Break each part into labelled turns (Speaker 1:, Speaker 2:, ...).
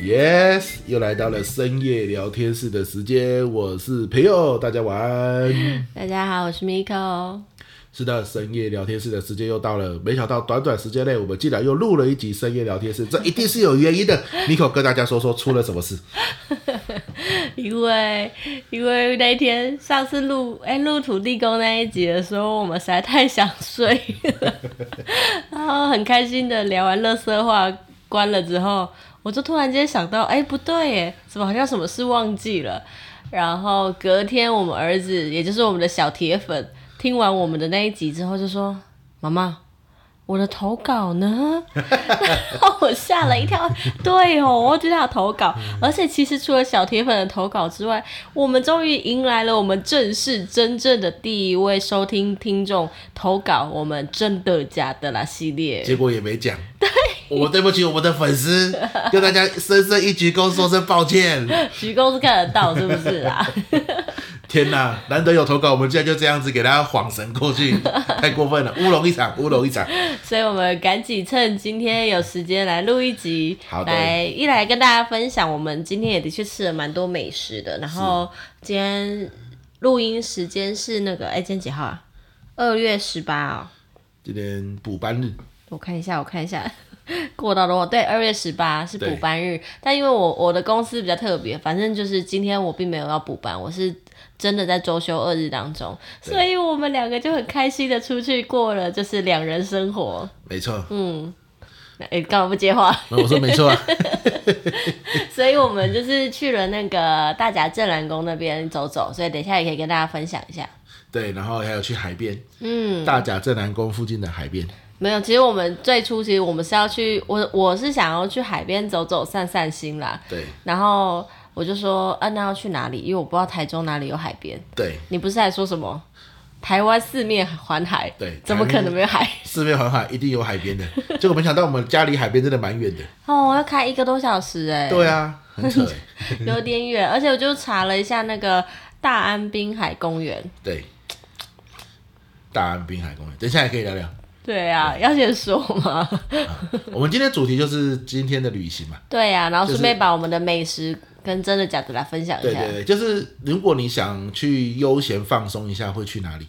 Speaker 1: Yes，又来到了深夜聊天室的时间，我是培友，大家晚安。
Speaker 2: 大家好，我是 Miko。
Speaker 1: 是的，深夜聊天室的时间又到了，没想到短短时间内，我们竟然又录了一集深夜聊天室，这一定是有原因的。Miko 跟大家说说出了什么事。
Speaker 2: 因为因为那天上次录哎录土地公那一集的时候，我们实在太想睡了，然后很开心的聊完乐色话关了之后，我就突然间想到，哎、不对耶，怎么好像什么事忘记了？然后隔天我们儿子，也就是我们的小铁粉，听完我们的那一集之后就说：“妈妈。”我的投稿呢？然后我吓了一跳。对哦，我忘记他有投稿。而且其实除了小铁粉的投稿之外，我们终于迎来了我们正式真正的第一位收听听众投稿我们真的假的啦系列。
Speaker 1: 结果也没讲。我对不起我们的粉丝，跟大家深深一鞠躬，说声抱歉。
Speaker 2: 鞠躬是看得到是不是啊？
Speaker 1: 天哪，难得有投稿，我们竟然就这样子给大家晃神过去，太过分了，乌龙一场，乌龙一场。
Speaker 2: 所以我们赶紧趁今天有时间来录一集
Speaker 1: 好，的
Speaker 2: 来一来跟大家分享，我们今天也的确吃了蛮多美食的。然后今天录音时间是那个，哎、今天几号啊？二月十八哦，
Speaker 1: 今天补班日，
Speaker 2: 我看一下，我看一下。 过到了哦我对，二月十八是补
Speaker 1: 对
Speaker 2: 班日，但因为我我的公司比较特别，反正就是今天我并没有要补班，我是真的在周休二日当中，所以我们两个就很开心的出去过了，就是两人生活。
Speaker 1: 没错。
Speaker 2: 哎、干嘛不接话？
Speaker 1: 那我说没错啊，
Speaker 2: 所以我们就是去了那个大甲镇澜宫那边走走，所以等一下也可以跟大家分享一下。
Speaker 1: 对，然后还有去海边，
Speaker 2: 嗯，
Speaker 1: 大甲镇南宫附近的海边，
Speaker 2: 没有，其实我们最初其实我们是要去，我我是想要去海边走走散散心啦。
Speaker 1: 对
Speaker 2: 然后我就说，啊，那要去哪里？因为我不知道台中哪里有海边。
Speaker 1: 对，
Speaker 2: 你不是还说什么台湾四面环海？
Speaker 1: 对
Speaker 2: 怎么可能没有海？
Speaker 1: 四面环海一定有海边的。 结果没想到我们家离海边真的蛮远的。
Speaker 2: 哦，我要开一个多小时哎、
Speaker 1: 对啊，很扯 欸。
Speaker 2: 有点远。而且我就查了一下那个大安滨海公园。
Speaker 1: 对，大安滨海公园，等一下也可以 聊聊。
Speaker 2: 对啊，要先说嘛。
Speaker 1: 我们今天主题就是今天的旅行嘛。
Speaker 2: 对呀、然后
Speaker 1: 就是
Speaker 2: 顺便把我们的美食跟真的假的来分享一
Speaker 1: 对
Speaker 2: 下。
Speaker 1: 对对，就是如果你想去悠闲放松一下，会去哪里？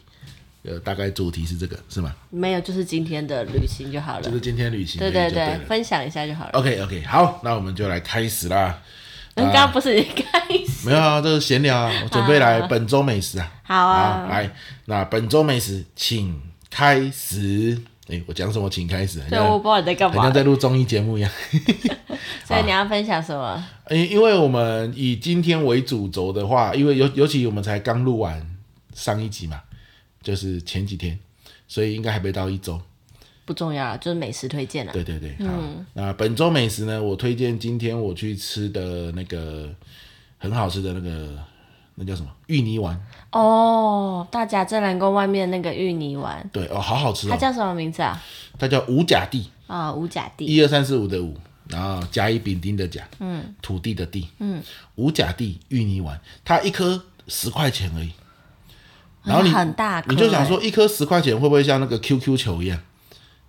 Speaker 1: 呃，大概主题是这个，是吗？
Speaker 2: 没有，就是今天的旅行就好了。
Speaker 1: 就是今天旅行而
Speaker 2: 对
Speaker 1: 已就
Speaker 2: 对
Speaker 1: 对
Speaker 2: 对，
Speaker 1: 了。啊
Speaker 2: 分享一下就好了。
Speaker 1: OK OK，好，那我们就来开始啦。
Speaker 2: 你刚刚不是已经开始？
Speaker 1: 没有啊，这是闲聊啊，我准备来本周美食啊。
Speaker 2: 好
Speaker 1: 好，
Speaker 2: 啊，
Speaker 1: 来，那本周美食，请开始。诶，我讲什么？请开始。很
Speaker 2: 对，
Speaker 1: 像
Speaker 2: 我不知道你在干
Speaker 1: 很像
Speaker 2: 嘛，
Speaker 1: 在啊录综艺节目一样。
Speaker 2: 所以你要分享什么？
Speaker 1: 因因为我们以今天为主轴的话，因为尤尤其我们才刚录完上一集嘛，就是前几天，所以应该还没到一周。
Speaker 2: 不重要啦，就是美食推荐啦。啊
Speaker 1: 对对对，
Speaker 2: 嗯
Speaker 1: 好。那本周美食呢，我推荐今天我去吃的那个很好吃的那个，那叫什么芋泥丸？
Speaker 2: 哦，大甲镇澜宫外面那个芋泥丸，
Speaker 1: 对哦，好好吃
Speaker 2: 它
Speaker 1: 哦，
Speaker 2: 叫什么名字啊？
Speaker 1: 它叫五甲地。
Speaker 2: 啊，五甲地。
Speaker 1: 一二三四五的五，然后甲乙丙丁的甲，嗯，土地的地，嗯，五甲地芋泥丸，它一颗十块钱而已，然后你
Speaker 2: 很大颗
Speaker 1: 你就想
Speaker 2: 欸
Speaker 1: 说一颗哎十块钱会不会像那个 QQ 球一样，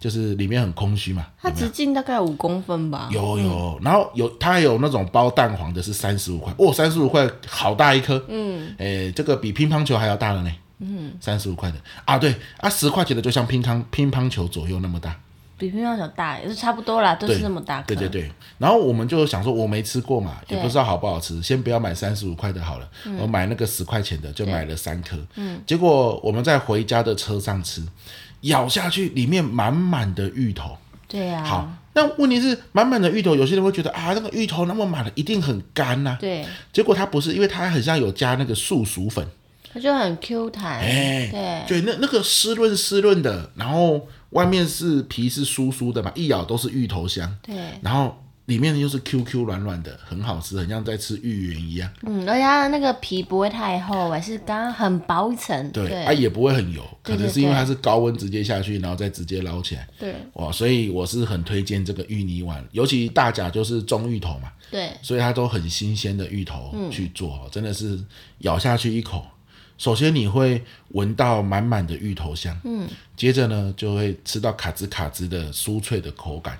Speaker 1: 就是里面很空虚嘛？
Speaker 2: 它直径大概五公分吧。
Speaker 1: 有有，然后有它还有那种包蛋黄的是三十五块，哦，三十五块好大一颗，嗯，诶，这个比乒乓球还要大了呢，嗯，三十五块的啊，对啊，十块钱的就像乒乓乒乓球左右那么大，
Speaker 2: 比乒乓球大，也是差不多啦，都
Speaker 1: 对
Speaker 2: 是这么大颗。
Speaker 1: 对对对，然后我们就想说，我没吃过嘛，也
Speaker 2: 对嗯
Speaker 1: 不知道好不好吃，先不要买三十五块的好了，我买那个十块钱的，就买了三颗。嗯，结果我们在回家的车上吃，咬下去里面满满的芋头。
Speaker 2: 对啊呀、
Speaker 1: 好，那问题是满满的芋头，有些人会觉得啊，那个芋头那么满了，一定很干呐、
Speaker 2: 对，
Speaker 1: 结果它不是，因为它很像有加那个素薯粉，
Speaker 2: 它就很 Q 弹。
Speaker 1: 哎、
Speaker 2: 对，
Speaker 1: 对，那那个湿润湿润的，然后外面是皮是酥酥的嘛，一咬都是芋头香。
Speaker 2: 对。
Speaker 1: 然后里面又是 QQ 软软的，很好吃，很像在吃芋圆一样。
Speaker 2: 嗯，而且它的那个皮不会太厚，哎，是刚刚很薄一层。
Speaker 1: 对，哎它、
Speaker 2: 对
Speaker 1: 也不会很油，可
Speaker 2: 对
Speaker 1: 能
Speaker 2: 对
Speaker 1: 是因为
Speaker 2: 对
Speaker 1: 它是高温直接下去，然后再直接捞起来。
Speaker 2: 对
Speaker 1: 哇，所以我是很推荐这个芋泥丸，尤其大甲就是种芋头嘛，
Speaker 2: 对嗯
Speaker 1: 所以它都很新鲜的芋头去做，真的是咬下去一口，首先你会闻到满满的芋头香，嗯，接着呢就会吃到卡滋卡滋的酥脆的口感，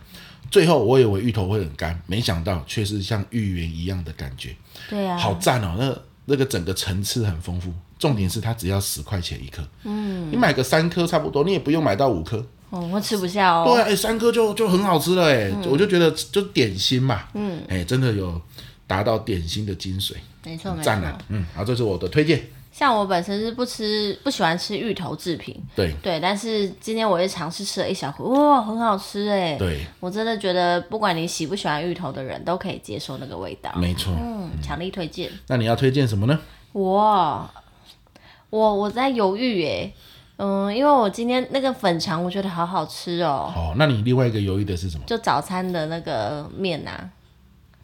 Speaker 1: 最后我以为芋头会很干，没想到却是像芋圆一样的感觉，
Speaker 2: 对啊呀、
Speaker 1: 好赞哦！那那个整个层次很丰富，重点是它只要十块钱一颗，嗯，你买个三颗差不多，你也不用买到五颗，
Speaker 2: 哦，我吃不下
Speaker 1: 对
Speaker 2: 哦。
Speaker 1: 啊，哎、三颗就就很好吃了，哎、我就觉得就点心嘛，嗯，哎、真的有达到点心的精髓，
Speaker 2: 没错没错
Speaker 1: 赞，了，嗯，好，这是我的推荐，
Speaker 2: 像我本身是不吃不喜欢吃芋头制品，
Speaker 1: 对
Speaker 2: 对，但是今天我也尝试吃了一小口，哇，很好吃哎！
Speaker 1: 对，
Speaker 2: 我真的觉得不管你喜不喜欢芋头的人都可以接受那个味道，
Speaker 1: 没错。
Speaker 2: 嗯，强力推荐。
Speaker 1: 那你要推荐什么呢？
Speaker 2: 我我我在犹豫哎，嗯，因为我今天那个粉肠我觉得好好吃哦，
Speaker 1: 哦，那你另外一个犹豫的是什么？
Speaker 2: 就早餐的那个面啊，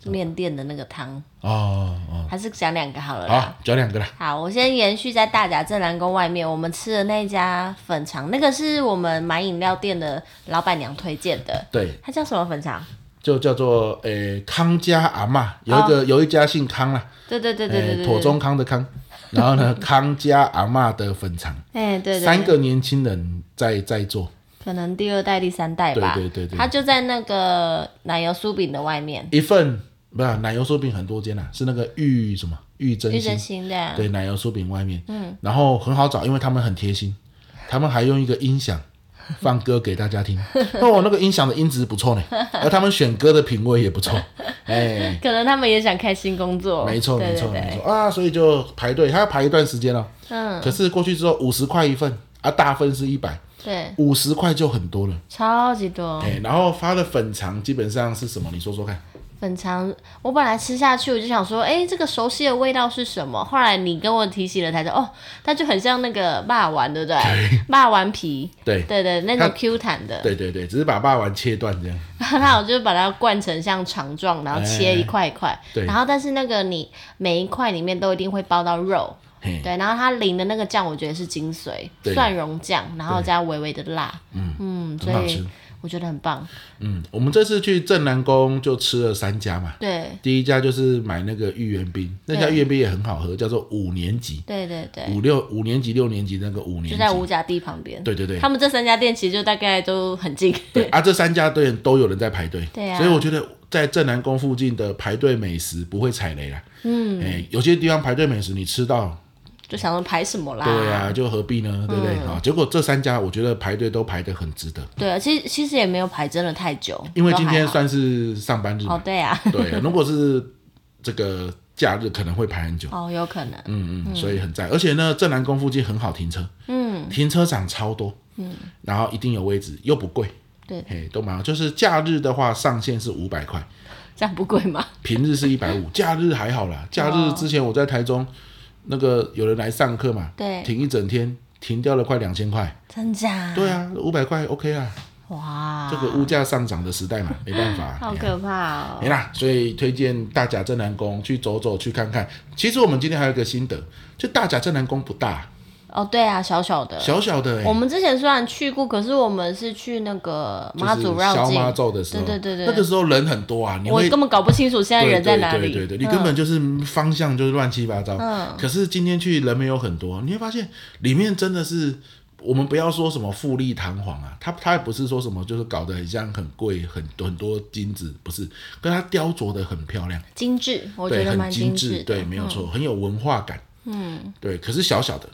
Speaker 2: 面店的那个汤，
Speaker 1: 哦哦，
Speaker 2: 还是讲两个好了啦。
Speaker 1: 好，讲两个啦。
Speaker 2: 好，我先延续在大甲镇南宫外面，我们吃的那家粉肠，那个是我们买饮料店的老板娘推荐的。
Speaker 1: 对，
Speaker 2: 它叫什么粉肠？
Speaker 1: 就叫做诶、康家阿嬷，有一个、有一家姓康啦，
Speaker 2: 对对对对哎 对
Speaker 1: 诶
Speaker 2: 对，
Speaker 1: 妥中康的康，然后呢康家阿嬷的粉肠，
Speaker 2: 哎，对对对，
Speaker 1: 三个年轻人在在做，
Speaker 2: 可能第二代、第三代吧。
Speaker 1: 对对对对
Speaker 2: 它就在那个奶油酥饼的外面，
Speaker 1: 一份不是奶油酥饼很多间啦，啊是那个玉什么玉珍
Speaker 2: 玉
Speaker 1: 心
Speaker 2: 珍，心的啊。
Speaker 1: 对，奶油酥饼外面，嗯，然后很好找，因为他们很贴心，他们还用一个音响放歌给大家听， 哦，那个音响的音质不错呢，而他们选歌的品味也不错， 哎，
Speaker 2: 可能他们也想开心工作。
Speaker 1: 没错
Speaker 2: 对
Speaker 1: 没
Speaker 2: 对
Speaker 1: 错
Speaker 2: 对
Speaker 1: 没错啊，所以就排队，还要排一段时间哦，
Speaker 2: 嗯，
Speaker 1: 可是过去之后五十块一份啊，大份是一百，
Speaker 2: 对，
Speaker 1: 五十块就很多了，
Speaker 2: 超级多
Speaker 1: 哎，然后发的粉肠基本上是什么？你说说看，
Speaker 2: 粉肠。我本来吃下去，我就想说，哎，这个熟悉的味道是什么？后来你跟我提醒了，才知道哦，它就很像那个霸丸，对不对？霸丸皮。
Speaker 1: 对
Speaker 2: 对对，那
Speaker 1: 它
Speaker 2: 种 Q 弹的，
Speaker 1: 对对对，只是把霸王切断这样，
Speaker 2: 那我就把 它灌成像肠状，然后切一块一块，
Speaker 1: 哎对
Speaker 2: 然后但是那个你每一块里面都一定会包到肉，
Speaker 1: 嘿，
Speaker 2: 对，然后它淋的那个酱我觉得是精髓，
Speaker 1: 对
Speaker 2: 蒜蓉酱，然后加微微的辣，嗯所
Speaker 1: 很好
Speaker 2: 以
Speaker 1: 吃
Speaker 2: 我觉得很棒，
Speaker 1: 嗯，我们这次去镇南宫就吃了三家嘛。
Speaker 2: 对
Speaker 1: 第一家就是买那个芋圆冰，那家
Speaker 2: 对
Speaker 1: 芋圆冰也很好喝，叫做五年级、
Speaker 2: 对对对，
Speaker 1: 五六五年级、六年级那个五年
Speaker 2: 就在
Speaker 1: 级。
Speaker 2: 五甲地旁边，
Speaker 1: 对对对
Speaker 2: 他们这三家店其实就大概都很近，
Speaker 1: 对啊，这三家店都有人在排队，
Speaker 2: 对啊
Speaker 1: 所以我觉得在镇南宫附近的排队美食不会踩雷啦。嗯，哎、有些地方排队美食你吃到，
Speaker 2: 就想说排什么啦，
Speaker 1: 对啊，就何必呢？对不对？啊、结果这三家我觉得排队都排得很值得，
Speaker 2: 对，啊其实其实也没有排真的太久，
Speaker 1: 因为今天
Speaker 2: 都还好
Speaker 1: 算是上班日嘛
Speaker 2: 哦，对啊，
Speaker 1: 对啊，如果是这个假日可能会排很久。
Speaker 2: 哦有可能，
Speaker 1: 嗯嗯，所以很赞。而且呢，正南宫附近很好停车，嗯，停车场超多，嗯，然后一定有位置，又不贵，
Speaker 2: 对，
Speaker 1: 嘿，都蛮好。就是假日的话，上限是五百块，
Speaker 2: 这样不贵吗？
Speaker 1: 平日是一 百五，假日还好啦。假日之前我在台中，那个有人来上课嘛，
Speaker 2: 对
Speaker 1: 停一整天，停掉了快两千块，
Speaker 2: 真假？
Speaker 1: 对啊，五百块 OK 啦，
Speaker 2: 哇，
Speaker 1: 这个物价上涨的时代 嘛，没办法，
Speaker 2: 啊好
Speaker 1: 哎呀
Speaker 2: 可怕哦！
Speaker 1: 没啦，所以推荐大甲镇南宫去走走，去看看。其实我们今天还有一个心得，就大甲镇南宫不大，
Speaker 2: 哦，对啊，小小的。
Speaker 1: 小小的、欸，
Speaker 2: 我们之前虽然去过，可是我们是去那个
Speaker 1: 就
Speaker 2: 妈
Speaker 1: 是
Speaker 2: 祖绕
Speaker 1: 消
Speaker 2: 境，
Speaker 1: 妈咒的时候，
Speaker 2: 对对对对
Speaker 1: 那个时候人很多啊，你
Speaker 2: 我
Speaker 1: 会
Speaker 2: 根本搞不清楚现在人在哪里。
Speaker 1: 对对对对，你根本就是方向就是乱七八糟。
Speaker 2: 嗯
Speaker 1: 可是今天去人没有很多，你会发现里面真的是。我们不要说什么富丽堂皇啊，它它也不是说什么，就是搞得很像很贵，很很多金子，不是，跟它雕琢的很漂亮，
Speaker 2: 精致，我觉
Speaker 1: 对，
Speaker 2: 得
Speaker 1: 很
Speaker 2: 蛮
Speaker 1: 精
Speaker 2: 致的。嗯
Speaker 1: 对，没有错，很有文化感，嗯，对，可是小小的，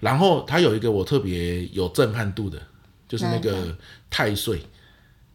Speaker 1: 然后它有一个我特别有震撼度的，就是那个太岁，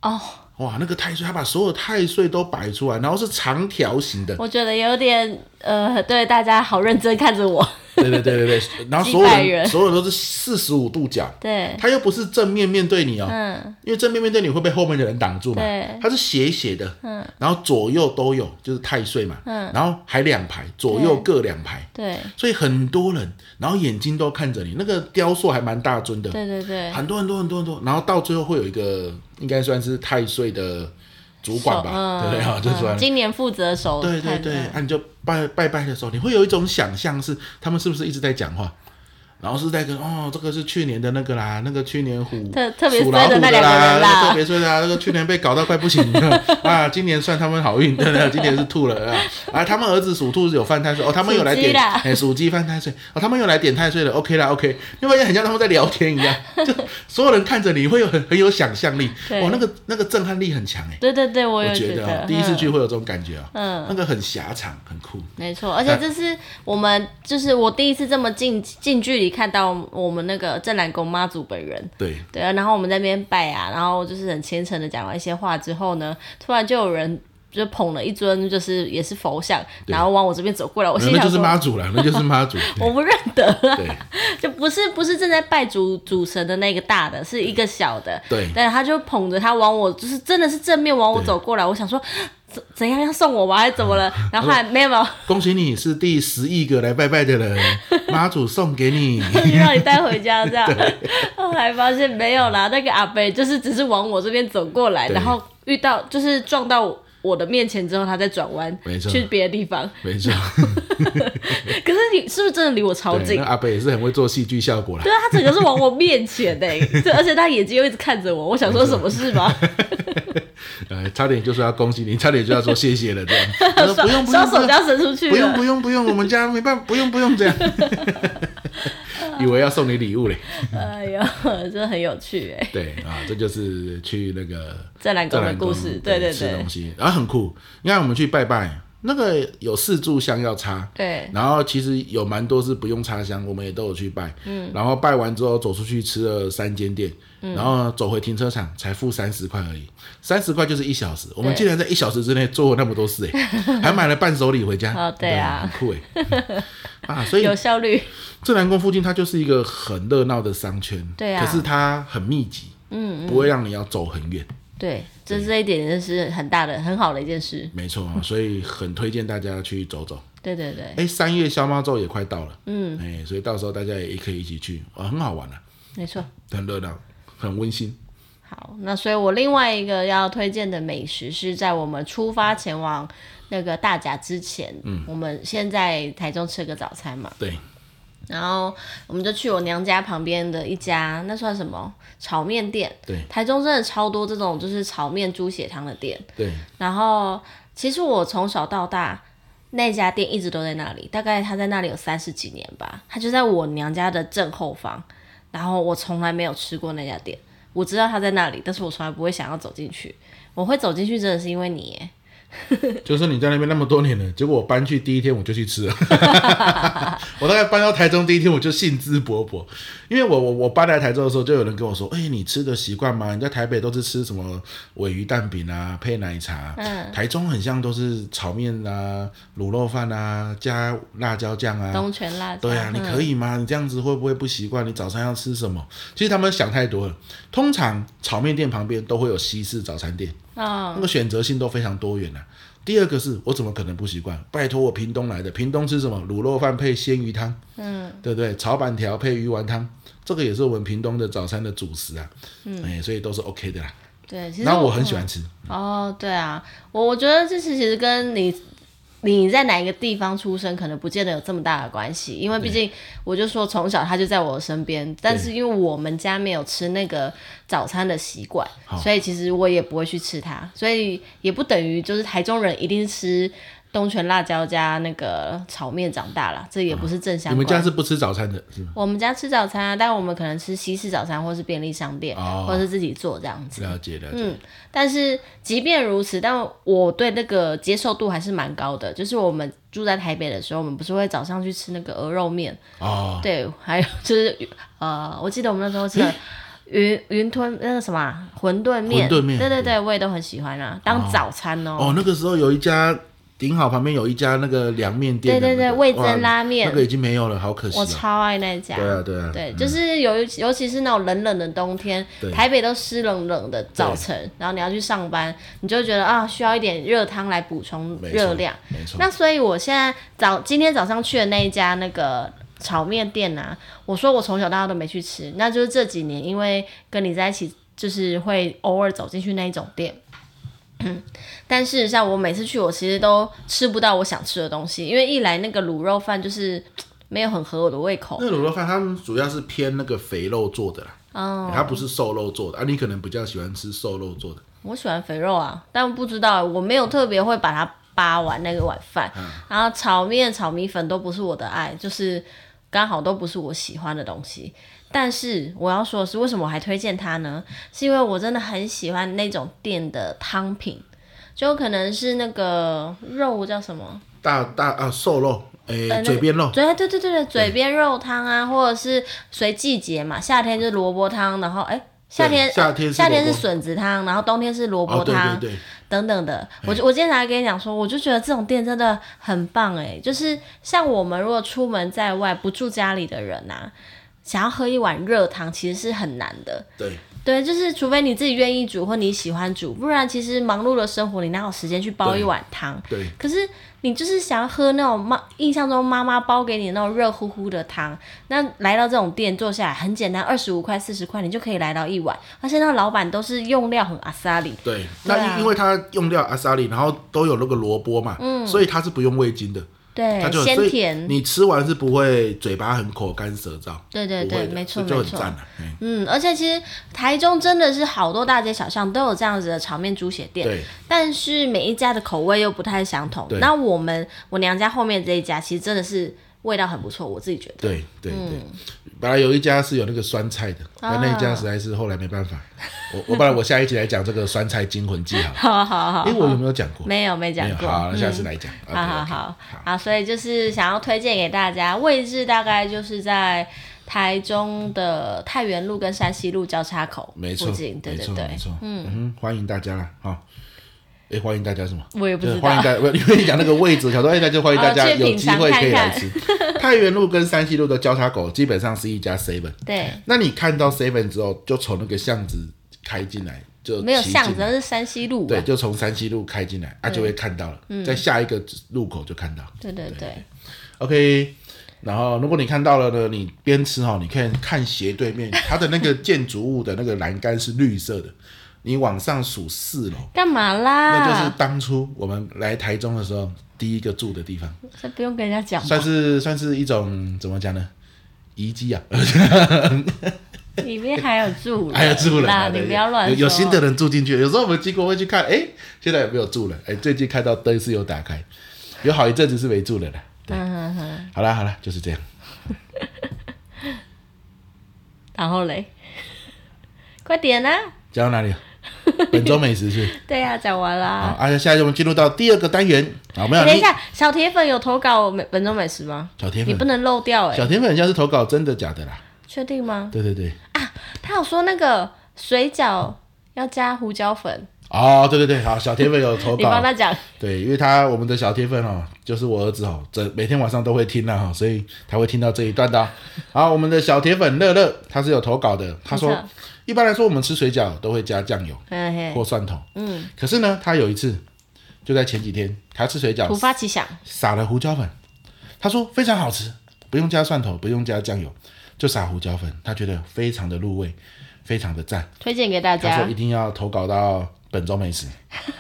Speaker 2: 哦，
Speaker 1: 哇，那个太岁，他把所有太岁都摆出来，然后是长条形的，
Speaker 2: 我觉得有点呃，对大家好认真看 着我。
Speaker 1: 对对对对 对，然后
Speaker 2: 击
Speaker 1: 所有
Speaker 2: 败
Speaker 1: 人
Speaker 2: 人
Speaker 1: 所有人都是四十五度角，
Speaker 2: 对，
Speaker 1: 他又不是正面面对你哦，
Speaker 2: 嗯，
Speaker 1: 因为正面面对你会被后面的人挡住嘛
Speaker 2: 对，嗯
Speaker 1: 它是斜斜的，然后左右都有，就是太岁嘛，然后还两排，左右各两排，
Speaker 2: 对，
Speaker 1: 所以很多人，然后眼睛都看着你，那个雕塑还蛮大尊的，
Speaker 2: 对对对，
Speaker 1: 很多很多很多很多，然后到最后会有一个应该算是太岁的主管吧，
Speaker 2: 手嗯
Speaker 1: 对不对啊？就
Speaker 2: 嗯
Speaker 1: 是、
Speaker 2: 今年负责手
Speaker 1: 对对
Speaker 2: 看的
Speaker 1: 对，啊，你就拜拜拜的时候，你会有一种想象是他们是不是一直在讲话然后是在跟哦，这个是去年的那个啦，那个去年虎
Speaker 2: 特特别
Speaker 1: 属老
Speaker 2: 衰的
Speaker 1: 虎
Speaker 2: 那两个
Speaker 1: 啦，
Speaker 2: 人啦
Speaker 1: 那个特别衰的啊，那个去年被搞到快不行了 啊，今年算他们好运的 了，今年是吐了啊，啊，他们儿子属兔有犯太岁哦，他们有来
Speaker 2: 属鸡
Speaker 1: 点
Speaker 2: 啦
Speaker 1: 哎属鸡犯太岁哦，他们又来点太岁了，OK 啦 OK，你发现很像他们在聊天一样，就所有人看着你会有很很有想象力，哦
Speaker 2: 对
Speaker 1: 哇，那个那个震撼力很强哎、
Speaker 2: 对对对，我有
Speaker 1: 我觉
Speaker 2: 得，
Speaker 1: 哦，第一次
Speaker 2: 嗯
Speaker 1: 去会有这种感觉啊，
Speaker 2: 嗯
Speaker 1: 那个很狭长，很酷，
Speaker 2: 没错，
Speaker 1: 哎
Speaker 2: 而且这是我们就是我第一次这么近近距离看到我们那个正南宫妈祖本人。
Speaker 1: 对，
Speaker 2: 对啊，然后我们在那边拜啊，然后就是很虔诚的讲完一些话之后呢，突然就有人就捧了一尊，就是也是佛像，
Speaker 1: 对
Speaker 2: 然后往我这边走过来，我心
Speaker 1: 那
Speaker 2: 想
Speaker 1: 就是
Speaker 2: 说，
Speaker 1: 妈祖 了，那就是妈祖，
Speaker 2: 我不认得啊，
Speaker 1: 对
Speaker 2: 就不是不是正在拜主主神的那个大的，是一个小的，
Speaker 1: 对
Speaker 2: 但他就捧着他往我，就是真的是正面往我
Speaker 1: 对
Speaker 2: 走过来，我想说 怎怎样要送我吗？还是怎么 了？然后后来没有没 有。
Speaker 1: 恭喜你是第十亿个来拜拜的 人，妈祖送给你。
Speaker 2: 让你带回 家这样。 后来发现没有啦，那个阿伯就是只是往我这边走过来，
Speaker 1: 对
Speaker 2: 然后遇到就是撞到我的面前之后，他再转弯
Speaker 1: 没错
Speaker 2: 去别的地方。
Speaker 1: 没错，
Speaker 2: 可是你是不是真的离我超
Speaker 1: 对，
Speaker 2: 近
Speaker 1: 那？阿北也是很会做戏剧效果啦
Speaker 2: 对。啊，他整个是往我面前的、 对，而且他眼睛又一直看着我，我想说什么事吗？
Speaker 1: 呃，差点就说要恭喜你，差点就要说谢谢了这样。 他说不用不
Speaker 2: 双
Speaker 1: 用
Speaker 2: 手就要伸出去
Speaker 1: 不用
Speaker 2: 了
Speaker 1: 不。用不用，我们家没办法，不用不用这 样。 以为要送你礼物嘞，
Speaker 2: 哎呦， 真的很有趣哎、
Speaker 1: 对啊，这就是去那个
Speaker 2: 再来
Speaker 1: 再
Speaker 2: 讲我
Speaker 1: 来
Speaker 2: 们故事，对
Speaker 1: 对
Speaker 2: 对
Speaker 1: 吃
Speaker 2: 对
Speaker 1: 东西，然后很酷。你看我们去拜拜，那个有四炷香要插，
Speaker 2: 对
Speaker 1: 然后其实有蛮多是不用插香，我们也都有去拜，嗯，然后拜完之后走出去吃了三间店，
Speaker 2: 嗯
Speaker 1: 然后走回停车场才付三十块而已，三十块就是一小时，我们
Speaker 2: 对
Speaker 1: 竟然在一小时之内做了那么多事哎、还买了伴手礼回家，
Speaker 2: 哦对啊
Speaker 1: 很酷哎、啊，所以
Speaker 2: 有效率，
Speaker 1: 正南宫附近它就是一个很热闹的商圈，
Speaker 2: 对啊
Speaker 1: 可是它很密集，嗯不会让你要走很远，
Speaker 2: 对，这这一点就是很大的、很好的一件事。
Speaker 1: 没错，所以很推荐大家去走走。
Speaker 2: 对对对，
Speaker 1: 哎，三月消猫周也快到了，嗯，哎，所以到时候大家也可以一起去，啊、很好玩啊，
Speaker 2: 没错。
Speaker 1: 很热闹，很温馨。
Speaker 2: 好，那所以我另外一个要推荐的美食是在我们出发前往那个大甲之前，嗯，我们先在台中吃个早餐嘛，
Speaker 1: 对，
Speaker 2: 然后我们就去我娘家旁边的一家，那算什么炒面店？
Speaker 1: 对，
Speaker 2: 台中真的超多这种就是炒面猪血汤的店。
Speaker 1: 对，
Speaker 2: 然后其实我从小到大那家店一直都在那里，大概他在那里有三十几年吧，他就在我娘家的正后方，然后我从来没有吃过那家店，我知道他在那里，但是我从来不会想要走进去，我会走进去真的是因为你耶，
Speaker 1: 就是你在那边那么多年了，结果我搬去第一天我就去吃了。 我大概搬到台中第一天我就兴致勃勃，因为我我我搬来台中的时候，就有人跟我说：“哎、你吃的习惯吗？你在台北都是吃什么尾鱼蛋饼啊，配奶茶，台中很像都是炒面啊、卤肉饭啊，加辣椒酱啊，
Speaker 2: 东泉辣椒，
Speaker 1: 对啊，你
Speaker 2: 嗯
Speaker 1: 可以吗？你这样子会不会不习惯？你早餐要吃什么？其实他们想太多了。通常炒面店旁边都会有西式早餐店，
Speaker 2: 啊、
Speaker 1: 那个选择性都非常多元啊。第二个是我怎么可能不习惯？拜托我屏东来的，屏东吃什么？卤肉饭配鲜鱼汤，嗯，对不对？炒板条配鱼丸汤，这个也是我们屏东的早餐的主食啊，嗯，哎，所以都是 OK 的啦。
Speaker 2: 对，其实
Speaker 1: 然后我很喜欢吃，
Speaker 2: 哦，对啊，我我觉得这是其实跟你你在哪一个地方出生，可能不见得有这么大的关系，因为毕竟我就说从小他就在我身边，但是因为我们家没有吃那个早餐的习惯，所以其实我也不会去吃它，所以也不等于就是台中人一定吃东泉辣椒加那个炒面长大啦，这也不是正相
Speaker 1: 啊你们
Speaker 2: 关。
Speaker 1: 家是不吃早餐的是吗？
Speaker 2: 我们家吃早餐啊，但我们可能吃西式早餐，或是便利商店，
Speaker 1: 哦
Speaker 2: 或是自己做这样子。
Speaker 1: 了解了解，
Speaker 2: 但是即便如此，但我对那个接受度还是蛮高的。就是我们住在台北的时候，我们不是会早上去吃那个鹅肉面，
Speaker 1: 哦，
Speaker 2: 对，还有就是呃，我记得我们那时候吃了云云吞那个什么啊馄饨面，
Speaker 1: 馄饨面
Speaker 2: 对对对，我也都很喜欢啊，当早餐哦。
Speaker 1: 哦，那个时候有一家顶好旁边有一家那个凉面店的那
Speaker 2: 对
Speaker 1: 个、
Speaker 2: 对对味增
Speaker 1: 哇
Speaker 2: 拉面
Speaker 1: 那个已经没有了，好可惜
Speaker 2: 我
Speaker 1: 啊。
Speaker 2: 超爱那一家，
Speaker 1: 对啊对啊
Speaker 2: 对，就是尤尤其是那种冷冷的冬天，
Speaker 1: 对
Speaker 2: 台北都湿冷冷的早晨，然后你要去上班，你就会觉得啊，需要一点热汤来补充
Speaker 1: 没错
Speaker 2: 热量，
Speaker 1: 没错，
Speaker 2: 那所以我现在早今天早上去的那一家那个炒面店啊，我说我从小到大都没去吃，那就是这几年因为跟你在一起，就是会偶尔走进去那一种店。 但事实上，我每次去我其实都吃不到我想吃的东西，因为一来那个卤肉饭就是。没有很合我的胃口。
Speaker 1: 那卤肉饭他们主要是偏那个肥肉做的啦，欸
Speaker 2: 嗯，
Speaker 1: 它不是瘦肉做的啊。你可能比较喜欢吃瘦肉做的，
Speaker 2: 我喜欢肥肉啊，但不知道我没有特别会把它扒完那个碗饭，
Speaker 1: 嗯
Speaker 2: 然后炒面、炒米粉都不是我的爱，就是刚好都不是我喜欢的东西。但是我要说的是，为什么我还推荐它呢？是因为我真的很喜欢那种店的汤品，就可能是那个肉叫什么？
Speaker 1: 大大啊瘦肉，诶、
Speaker 2: 呃那个
Speaker 1: 嘴边肉，
Speaker 2: 嘴对对对对，嘴边肉汤啊，或者是随季节嘛，夏天就是萝卜汤，然后哎。夏天，
Speaker 1: 夏天是
Speaker 2: 夏天是
Speaker 1: 萝卜
Speaker 2: 笋子汤，然后冬天是萝卜
Speaker 1: 哦对
Speaker 2: 汤，
Speaker 1: 对对，
Speaker 2: 等等的，
Speaker 1: 嗯
Speaker 2: 我就我今天才跟你讲说，我就觉得这种店真的很棒哎、就是像我们如果出门在外不住家里的人呐、想要喝一碗热汤其实是很难的，
Speaker 1: 对，
Speaker 2: 对，就是除非你自己愿意煮或你喜欢煮，不然其实忙碌的生活你哪有时间去煲一碗汤？
Speaker 1: 对，
Speaker 2: 可是你就是想要喝那种妈印象中妈妈煲给你那种热乎乎的汤，那来到这种店坐下来很简单，二十五块四十块你就可以来到一碗，而且那老板都是用料很阿萨里，
Speaker 1: 对，
Speaker 2: 对
Speaker 1: 那
Speaker 2: 啊
Speaker 1: 因因为它用料阿萨里，然后都有那个萝卜嘛，所以它是不用味精的，
Speaker 2: 嗯对
Speaker 1: 它，就所
Speaker 2: 鲜
Speaker 1: 以
Speaker 2: 甜。
Speaker 1: 你吃完是不会嘴巴很口干舌燥，
Speaker 2: 对对
Speaker 1: 不
Speaker 2: 对
Speaker 1: 会，的
Speaker 2: 没错
Speaker 1: 所以就
Speaker 2: 没
Speaker 1: 很
Speaker 2: 错
Speaker 1: 赞。了、嗯
Speaker 2: 嗯，而且其实台中真的是好多大街小巷都有这样子的炒面猪血店，
Speaker 1: 对
Speaker 2: 但是每一家的口味又不太相同
Speaker 1: 对。
Speaker 2: 那我们我娘家后面这一家其实真的是味道很不错，我自己觉得。
Speaker 1: 对对对，本来有一家是有那个酸菜的，
Speaker 2: 啊
Speaker 1: 但那一家实在是后来没办法，我我本来我下一集来讲这个酸菜惊魂记好了，
Speaker 2: 好好 好，
Speaker 1: 哎、我有没有讲过？
Speaker 2: 没有没讲
Speaker 1: 没有，
Speaker 2: 过。嗯
Speaker 1: 好，那下啊次来讲。OK，OK，
Speaker 2: 好好好好，所以就是想要推荐给大家，位置大概就是在台中的太原路跟山西路交叉口
Speaker 1: 没
Speaker 2: 附
Speaker 1: 错，
Speaker 2: 近，对
Speaker 1: 没
Speaker 2: 对
Speaker 1: 错，
Speaker 2: 对
Speaker 1: 没。错，嗯哼，欢迎大家啦，哈、哎，欢迎大家什么？
Speaker 2: 我也不知
Speaker 1: 对
Speaker 2: 道
Speaker 1: 欢迎大家，不因为你讲那个位置，想说哎，那就欢迎大家
Speaker 2: 哦去
Speaker 1: 有
Speaker 2: 品
Speaker 1: 机
Speaker 2: 尝
Speaker 1: 会可以来
Speaker 2: 看看
Speaker 1: 吃。太原路跟山西路的交叉口基本上是一家 seven，
Speaker 2: 对，
Speaker 1: 那你看到 seven 之后，就从那个巷子开进来，就
Speaker 2: 没有
Speaker 1: 骑
Speaker 2: 巷
Speaker 1: 进
Speaker 2: 子，
Speaker 1: 来
Speaker 2: 那是山西路、啊。
Speaker 1: 对，就从山西路开进来啊，就会看到了，
Speaker 2: 嗯
Speaker 1: 在下一个路口就看到。
Speaker 2: 对对对，
Speaker 1: OK，然后如果你看到了呢，你边吃哈，你可以看斜对面，它的那个建筑物的那个栏杆是绿色的， 你往上数四楼，
Speaker 2: 干嘛
Speaker 1: 那就是
Speaker 2: 啦？
Speaker 1: 当初我们来台中的时候第一个住的地方，
Speaker 2: 这不用跟人家讲
Speaker 1: 算
Speaker 2: 吧，
Speaker 1: 是算是一种怎么讲呢？遗迹啊，
Speaker 2: 里面还有住 人，
Speaker 1: 还有住人啊，
Speaker 2: 啦，你
Speaker 1: 对
Speaker 2: 不要乱
Speaker 1: 有
Speaker 2: 说。
Speaker 1: 有新的人住进去，有时候我们经过会去看，哎，现在有没有住人？哎，最近看到灯是有打开，有好一阵子是没住人了。
Speaker 2: 嗯哼哼，
Speaker 1: 好啦好啦，就是这样。
Speaker 2: 然后嘞， 快点啦！
Speaker 1: 讲到哪里 了？本周美食是。
Speaker 2: 对呀、讲完
Speaker 1: 好，
Speaker 2: 啦。
Speaker 1: 而且现在我们进入到第二个单元。好，没有
Speaker 2: 欸等一
Speaker 1: 你
Speaker 2: 下，小铁粉有投稿美本周美食吗？
Speaker 1: 小铁
Speaker 2: 你
Speaker 1: 粉
Speaker 2: 不，能漏掉哎、
Speaker 1: 小铁粉人家是投稿真的假的啦？
Speaker 2: 确定吗？
Speaker 1: 对对对，
Speaker 2: 他有说那个水饺要加胡椒粉，
Speaker 1: 哦，对对对，好，小铁粉有投
Speaker 2: 你帮
Speaker 1: 稿，
Speaker 2: 他讲。
Speaker 1: 对，因为他我们的小铁粉哦，就是我儿子哦，这每天晚上都会听啦、哈，所以他会听到这一段的哦、好，我们的小铁粉乐乐他是有投稿的，他
Speaker 2: 没
Speaker 1: 说
Speaker 2: 错，
Speaker 1: 一般来说我们吃水饺都会加酱油
Speaker 2: 嘿嘿，
Speaker 1: 或蒜头，嗯，可是呢，他有一次就在前几天，他吃水饺
Speaker 2: 突发奇想，
Speaker 1: 撒了胡椒粉。他说非常好吃，不用加蒜头，不用加酱油，就撒胡椒粉，他觉得非常的入味，非常的赞。
Speaker 2: 推荐给大
Speaker 1: 他说
Speaker 2: 家
Speaker 1: 一。定要投稿到本周美食，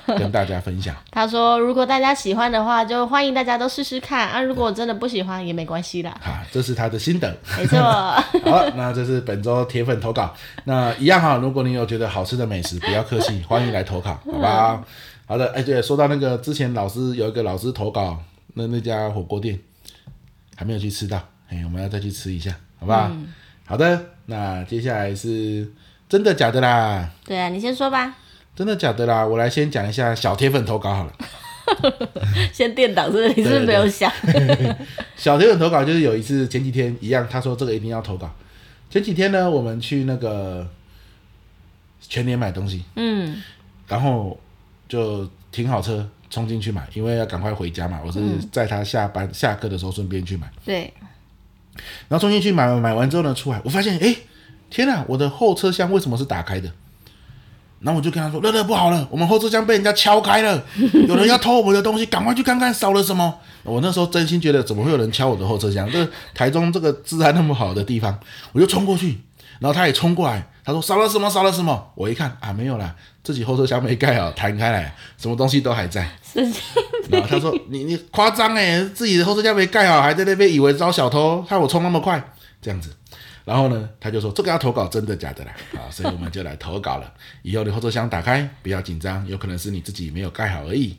Speaker 1: 跟大家分享。
Speaker 2: 他说，如果大家喜欢的话，就欢迎大家都试试看啊。如果真的不喜欢也没关系啦，
Speaker 1: 哈，这是他的心得。
Speaker 2: 没 错。
Speaker 1: 好了，那这是本周铁粉投稿。那一样哈，如果你有觉得好吃的美食，不要客气，欢迎来投稿，好吧？好的，哎，对，说到那个之前老师有一个老师投稿，那那家火锅店还没有去吃到，哎，我们要再去吃一下，好不好？好的，那接下来是真的假的啦？
Speaker 2: 对啊，你先说吧，
Speaker 1: 真的假的啦？我来先讲一下小铁粉投稿好了。
Speaker 2: 先垫档，是不是？你是不是没有想？
Speaker 1: 小铁粉投稿就是有一次前几天一样，他说这个一定要投稿。前几天呢，我们去那个全年买东西，
Speaker 2: 嗯，
Speaker 1: 然后就停好车冲进去买，因为要赶快回家嘛。我是在他下班、下课的时候顺便去买，
Speaker 2: 对，
Speaker 1: 然后冲进去买，买完之后呢，出来我发现，哎，天哪，我的后车厢为什么是打开的？然后我就跟他说：“乐乐不好了，我们后车厢被人家敲开了，有人要偷我们的东西，赶快去看看少了什么。”我那时候真心觉得，怎么会有人敲我的后车厢？这台中这个治安那么好的地方，我就冲过去，然后他也冲过来，他说少了什么少了什么，我一看啊没有啦，自己后车厢没盖好，弹开来，什么东西都还在。
Speaker 2: 神经
Speaker 1: 然后他说你你夸张哎，自己的后车厢没盖好，还在那边以为招小偷，害我冲那么快这样子。然后呢，他就说这个要投稿，真的假的啦？啊，所以我们就来投稿了。以后你后车厢打开，不要紧张，有可能是你自己没有盖好而已。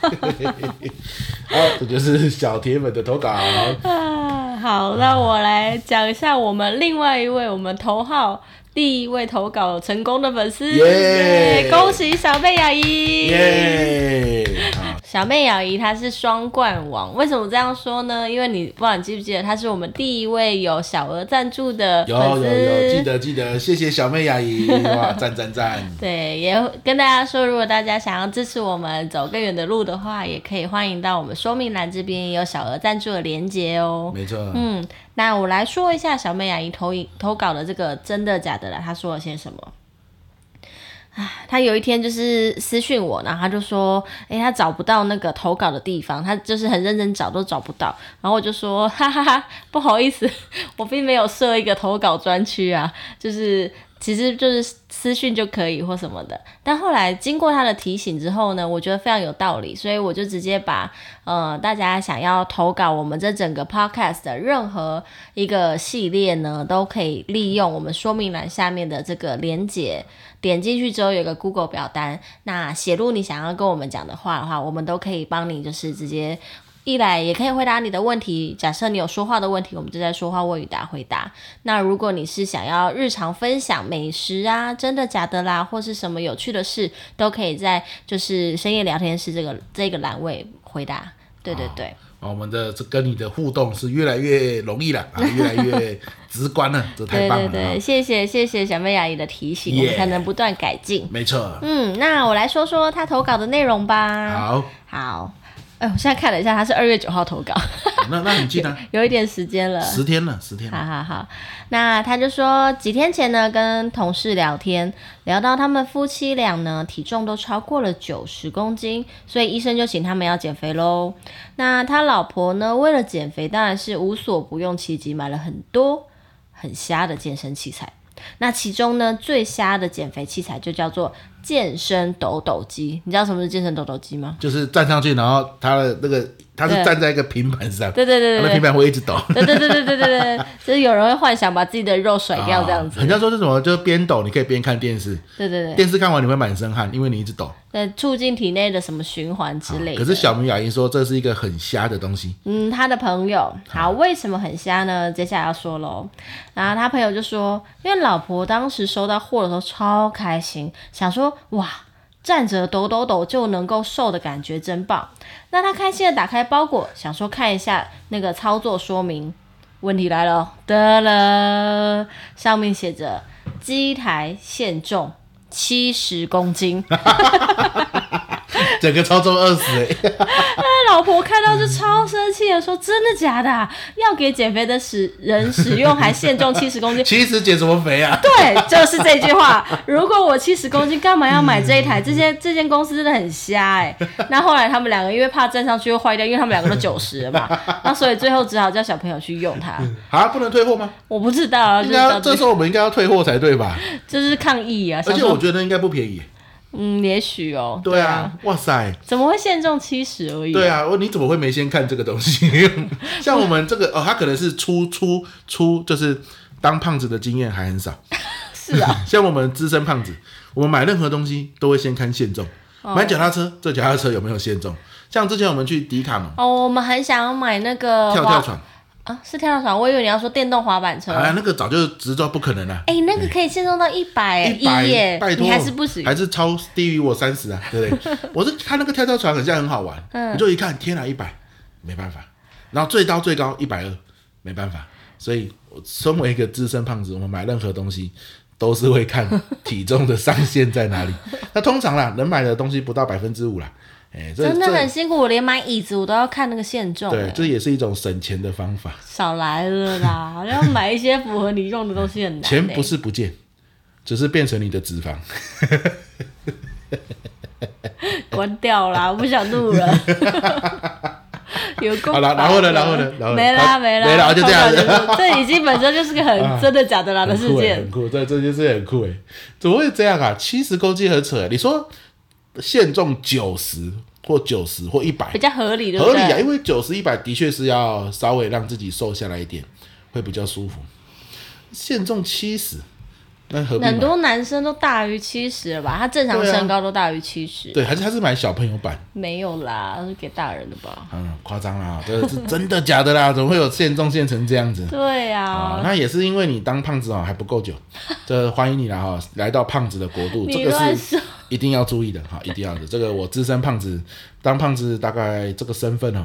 Speaker 1: 好，这就是小铁粉的投稿。
Speaker 2: 啊， 好，那我来讲一下我们另外一位我们头号第一位投稿成功的粉丝，
Speaker 1: 耶
Speaker 2: 耶恭喜小贝雅一。
Speaker 1: 耶！啊，
Speaker 2: 小妹雅怡她是双冠王，为什么这样说呢？因为你不知道你记不记得，她是我们第一位有小额赞助的
Speaker 1: 有
Speaker 2: 粉丝。
Speaker 1: 有有，记得记得，谢谢小妹阿姨，哇，赞赞赞！
Speaker 2: 对，也跟大家说，如果大家想要支持我们走更远的路的话，也可以欢迎到我们说明栏这边也有小额赞助的连接哦。
Speaker 1: 没错，
Speaker 2: 嗯，那我来说一下小妹阿姨投影投稿的这个真的假的啦，她说了些什么？啊，她有一天就是私讯我，然后她就说，诶、她找不到那个投稿的地方，她就是很认真找都找不到，然后我就说，哈哈哈，不好意思，我并没有设一个投稿专区啊，就是。其实就是私讯就可以或什么的，但后来经过她的提醒之后呢，我觉得非常有道理，所以我就直接把呃，大家想要投稿我们这整个 podcast 的任何一个系列呢，都可以利用我们说明栏下面的这个连接，点进去之后有一个 Google 表单，那写入你想要跟我们讲的话的话，我们都可以帮你，就是直接。一来也可以回答你的问题，假设你有说话的问题，我们就在说话问与答回答。那如果你是想要日常分享美食啊，真的假的啦，或是什么有趣的事，都可以在就是深夜聊天室这个这个栏位回答。对对对，
Speaker 1: 啊我们的这跟你的互动是越来越容易了 啊，越来越直观了，这太
Speaker 2: 对
Speaker 1: 棒
Speaker 2: 对
Speaker 1: 了！啊
Speaker 2: 对，谢谢谢谢小妹阿姨的提醒，我们
Speaker 1: Yeah
Speaker 2: 才能不断改进。
Speaker 1: 没错，
Speaker 2: 嗯，那我来说说她投稿的内容吧。
Speaker 1: 好，
Speaker 2: 好，哎，我现在看了一下，她是二月九号投稿，
Speaker 1: 那那很近啊，
Speaker 2: 有一点时间了。
Speaker 1: 十天了，十天了，
Speaker 2: 好好好，那他就说几天前呢，跟同事聊天，聊到他们夫妻俩呢体重都超过了九十公斤，所以医生就请他们要减肥喽。那他老婆呢，为了减肥，当然是无所不用其极，买了很多很瞎的健身器材。那其中呢，最瞎的减肥器材就叫做健身抖抖机。你知道什么是健身抖抖机吗？
Speaker 1: 就是站上去，然后他的那个他是
Speaker 2: 对
Speaker 1: 站在一个平板上，
Speaker 2: 对对对
Speaker 1: 他的
Speaker 2: 对对
Speaker 1: 平。板会一直 抖。
Speaker 2: 对对对对对对对，就是有人会幻想把自己的肉甩掉这样
Speaker 1: 啊
Speaker 2: 子。
Speaker 1: 人家说是什么？就是边抖，你可以边看电视，
Speaker 2: 对对对。
Speaker 1: 电视看完你会满身汗，因为你一直抖。
Speaker 2: 对，呃促进体内的什么循环之类的。
Speaker 1: 可是小明雅音说这是一个很瞎的东西，
Speaker 2: 嗯，他的朋友，好，为什么很瞎呢？接下来要说喽。然后他朋友就说，因为老婆当时收到货的时候超开心，想说哇，站着抖抖抖就能够瘦的感觉真棒。那他开心的打开包裹，想说看一下那个操作说明。问题来了，得了，上面写着机台限重七十公斤。
Speaker 1: 整个操作二十、 欸。？”
Speaker 2: 老婆看到就超生气的说：“真的假的啊、要给减肥的使人使用，还限重七十公斤
Speaker 1: 其实减什么肥啊？
Speaker 2: 对，就是这句话。如果我七十公斤，干嘛要买这一台？这些这间公司真的很瞎哎、那后来他们两个因为怕站上去会坏掉，因为他们两个都九十了嘛，那所以最后只好叫小朋友去用它。
Speaker 1: 啊，不能退货吗？
Speaker 2: 我不知道啊，就
Speaker 1: 应
Speaker 2: 是
Speaker 1: 该要
Speaker 2: 到
Speaker 1: 这
Speaker 2: 底
Speaker 1: 时候我们应该要退货才对吧？
Speaker 2: 就是抗议啊。
Speaker 1: 而
Speaker 2: 想
Speaker 1: 且
Speaker 2: 说
Speaker 1: 我觉得应该不便宜。
Speaker 2: 嗯，也许哦、
Speaker 1: 对啊，哇塞，
Speaker 2: 怎么会限重七十而已、
Speaker 1: 对啊，我你怎么会没先看这个东 西？像我们这个哦，他可能是初初初就是当胖子的经验还很少。
Speaker 2: 是啊，
Speaker 1: 像我们资深胖子，我们买任何东西都会先看限重。买脚踏车，这脚踏车有没有限重？像之前我们去迪卡侬
Speaker 2: 哦，我们很想要买那个
Speaker 1: 跳
Speaker 2: 滑
Speaker 1: 跳床，
Speaker 2: 啊，是跳跳床，我以为你要说电动滑板车。
Speaker 1: 啊，那个早就执照不可能了、
Speaker 2: 哎、那个可以限重到哎一百
Speaker 1: 一百，
Speaker 2: 耶，
Speaker 1: 拜托，
Speaker 2: 你还是不行
Speaker 1: 还。是超低于我三十啊， 对不对？我是看那个跳跳船，很像很好玩，
Speaker 2: 嗯
Speaker 1: 我就一看，天啊哪，一百，没办法。然后最高最高一百二，没办法。所以，我身为一个资深胖子，我们买任何东西都是会看体重的上限在哪 里。那通常啦，能买的东西不到百分之五啦。哎，这
Speaker 2: 真的很
Speaker 1: 这
Speaker 2: 辛苦，我连买椅子我都要看那个限重。欸
Speaker 1: 对，这也是一种省钱的方法。
Speaker 2: 少来了啦，要买一些符合你用的东西很难、
Speaker 1: 钱
Speaker 2: 欸
Speaker 1: 不是不见，只是变成你的脂肪。
Speaker 2: 关掉啦，我不想录了。有够
Speaker 1: 好了
Speaker 2: 烦
Speaker 1: 然后呢
Speaker 2: 的
Speaker 1: 然后呢然后呢
Speaker 2: 没
Speaker 1: 他
Speaker 2: 啦没啦
Speaker 1: 没啦就这样子啊
Speaker 2: 扣掉结束这已经本身就是个很真的假的啦的
Speaker 1: 很
Speaker 2: 事
Speaker 1: 酷欸
Speaker 2: 件
Speaker 1: 很。酷，对，这件事很酷哎，怎么会这样啊？七十公斤很扯欸，你说限重九十或九十或一百
Speaker 2: 比，较合理，对不
Speaker 1: 合理啊，
Speaker 2: 对？
Speaker 1: 因为九十一百的确是要稍微让自己瘦下来一点，会比较舒服。限重七十，那何必
Speaker 2: 很
Speaker 1: 买？
Speaker 2: 多男生都大于七十了吧？他正常
Speaker 1: 对啊
Speaker 2: 身高都大于七十，
Speaker 1: 对，还是他是买小朋友版，
Speaker 2: 没有啦，是给大人的吧？
Speaker 1: 嗯，夸张啦，这个是真的假的啦？怎么会有限重限成这样子？
Speaker 2: 对
Speaker 1: 啊，
Speaker 2: 啊，
Speaker 1: 那也是因为你当胖子哦还不够久，这欢迎你啦哈、来到胖子的国度，这
Speaker 2: 你
Speaker 1: 个
Speaker 2: 乱
Speaker 1: 是
Speaker 2: 说，
Speaker 1: 一定要注意的哈，一定要的。这个我资深胖子当胖子大概这个身份哦，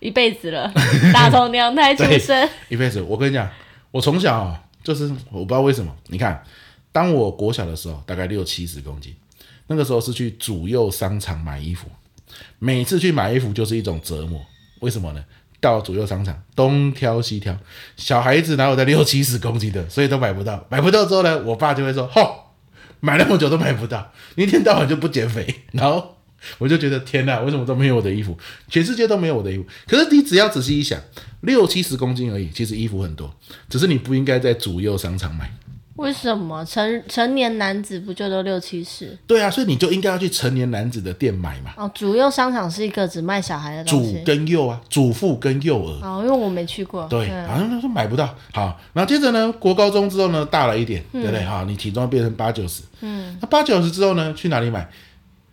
Speaker 2: 一辈子了， 打从娘胎出生，
Speaker 1: 一辈子，我跟你讲，我从小、哦、就是我不知道为什么，你看，当我国小的时候，大概六七十公斤，那个时候是去主右商场买衣服，每次去买衣服就是一种折磨。为什么呢？到主右商场东挑西挑，小孩子哪有在六七十公斤的，所以都买不到。买不到之后呢，我爸就会说：“吼，买那么久都买不到，你一天到晚就不减肥。” 然后我就觉得天哪，为什么都没有我的衣服？全世界都没有我的衣服。可是你只要仔细一想，六七十公斤而已，其实衣服很多，只是你不应该在主右商场买。
Speaker 2: 为什么成成年男子不就都六七十？
Speaker 1: 对啊，所以你就应该要去成年男子的店买嘛，
Speaker 2: 哦，主要商场是一个只卖小孩的东
Speaker 1: 主
Speaker 2: 西。
Speaker 1: 跟幼啊，主妇跟幼儿。
Speaker 2: 哦，因为我没去过。
Speaker 1: 对，好像说买不到。好，然后接着呢，国高中之后呢，大了一点，对不
Speaker 2: 嗯
Speaker 1: 对？好，你体重变成八九十，嗯，那八九十之后呢，去哪里买？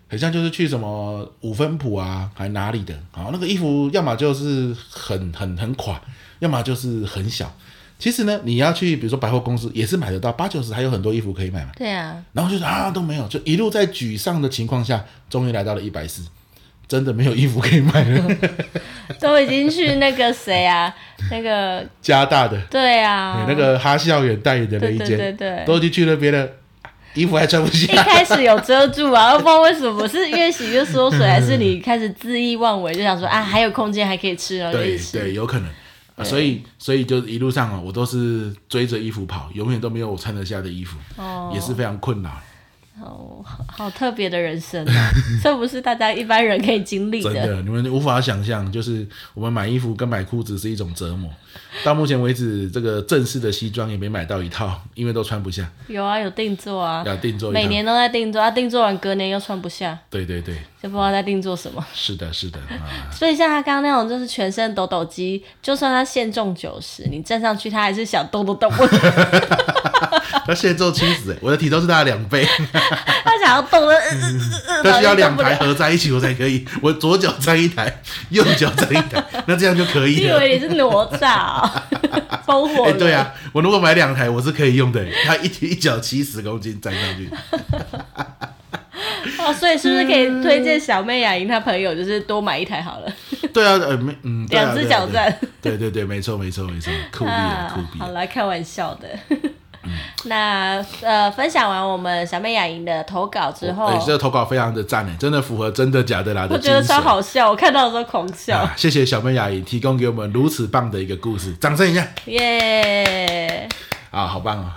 Speaker 1: 很像就是去什么五分埔啊，还哪里的？好，那个衣服要么就是很很很垮，要么就是很小。其实呢，你要去比如说百货公司也是买得到八九十，还有很多衣服可以买嘛。
Speaker 2: 对啊，
Speaker 1: 然后就是啊都没有，就一路在沮丧的情况下，终于来到了一百四，真的没有衣服可以买 了，
Speaker 2: 都已经去那个 谁啊，那个
Speaker 1: 加大的。
Speaker 2: 对啊
Speaker 1: 对，那个哈校园代言的那一
Speaker 2: 对
Speaker 1: 间，
Speaker 2: 对对对
Speaker 1: 都已经去那边了，衣服还穿不
Speaker 2: 哎 一
Speaker 1: 下。
Speaker 2: 开始有遮住啊，不知道为什么是越洗越缩 水，还是你开始恣意妄为，就想说啊还有空间还可以吃，然后就一
Speaker 1: 对
Speaker 2: 直吃。
Speaker 1: 对，有可能。啊、所以，所以就一路上哦，我都是追着衣服跑，永远都没有我穿得下的衣服，
Speaker 2: 哦
Speaker 1: 也是非常困扰，
Speaker 2: 哦，好好特别的人生啊，这不是大家一般人可以经历
Speaker 1: 真
Speaker 2: 的。
Speaker 1: 的，你们无法想象，就是我们买衣服跟买裤子是一种折磨。到目前为止，这个正式的西装也没买到一套，因为都穿不下，
Speaker 2: 有啊，有定做啊，
Speaker 1: 要定做一
Speaker 2: 每
Speaker 1: 套。
Speaker 2: 年都在定做啊，定做完隔年又穿不下，
Speaker 1: 对对对，
Speaker 2: 就不知道在定做什么。
Speaker 1: 是的，是的 啊，
Speaker 2: 所以像他刚刚那种，就是全身抖抖肌，就算他限重九十，你站上去他还是小动都动不了，
Speaker 1: 那现在做妻子，我的体重是他的两 倍。
Speaker 2: 他想要动的，呃 呃呃
Speaker 1: 但
Speaker 2: 呃，
Speaker 1: 需要
Speaker 2: 脑筋
Speaker 1: 两
Speaker 2: 动不
Speaker 1: 台
Speaker 2: 了。
Speaker 1: 合在一起我才可以，我左脚站一台，右脚站一台，那这样就可
Speaker 2: 你
Speaker 1: 以
Speaker 2: 以
Speaker 1: 了。
Speaker 2: 为你是哪吒、 哦？烽火、
Speaker 1: 哎、对，啊，我如果买两台，我是可以用的。它一一脚七十公斤站上去，
Speaker 2: 哦，所以是不是可以推荐小妹雅莹她朋友，就是多买一台好了，
Speaker 1: 对啊，呃，没，嗯，对啊
Speaker 2: 两只脚，站。
Speaker 1: 对啊对啊对对对，没错，没错，没错，酷毙了，酷嗯
Speaker 2: 啊，
Speaker 1: 毙
Speaker 2: 好
Speaker 1: 了。哦
Speaker 2: 啦，开玩笑的。 那呃，分享完我们小妹雅莹的投稿之后，
Speaker 1: 哎、这个投稿非常的赞哎，真的符合真的假的啦的
Speaker 2: 我
Speaker 1: 精
Speaker 2: 觉
Speaker 1: 髓。
Speaker 2: 得超好笑，我看到的时候狂笑，
Speaker 1: 啊！谢谢小妹阿姨提供给我们如此棒的一个故事，掌声一下
Speaker 2: 耶、
Speaker 1: 啊，好棒 哦！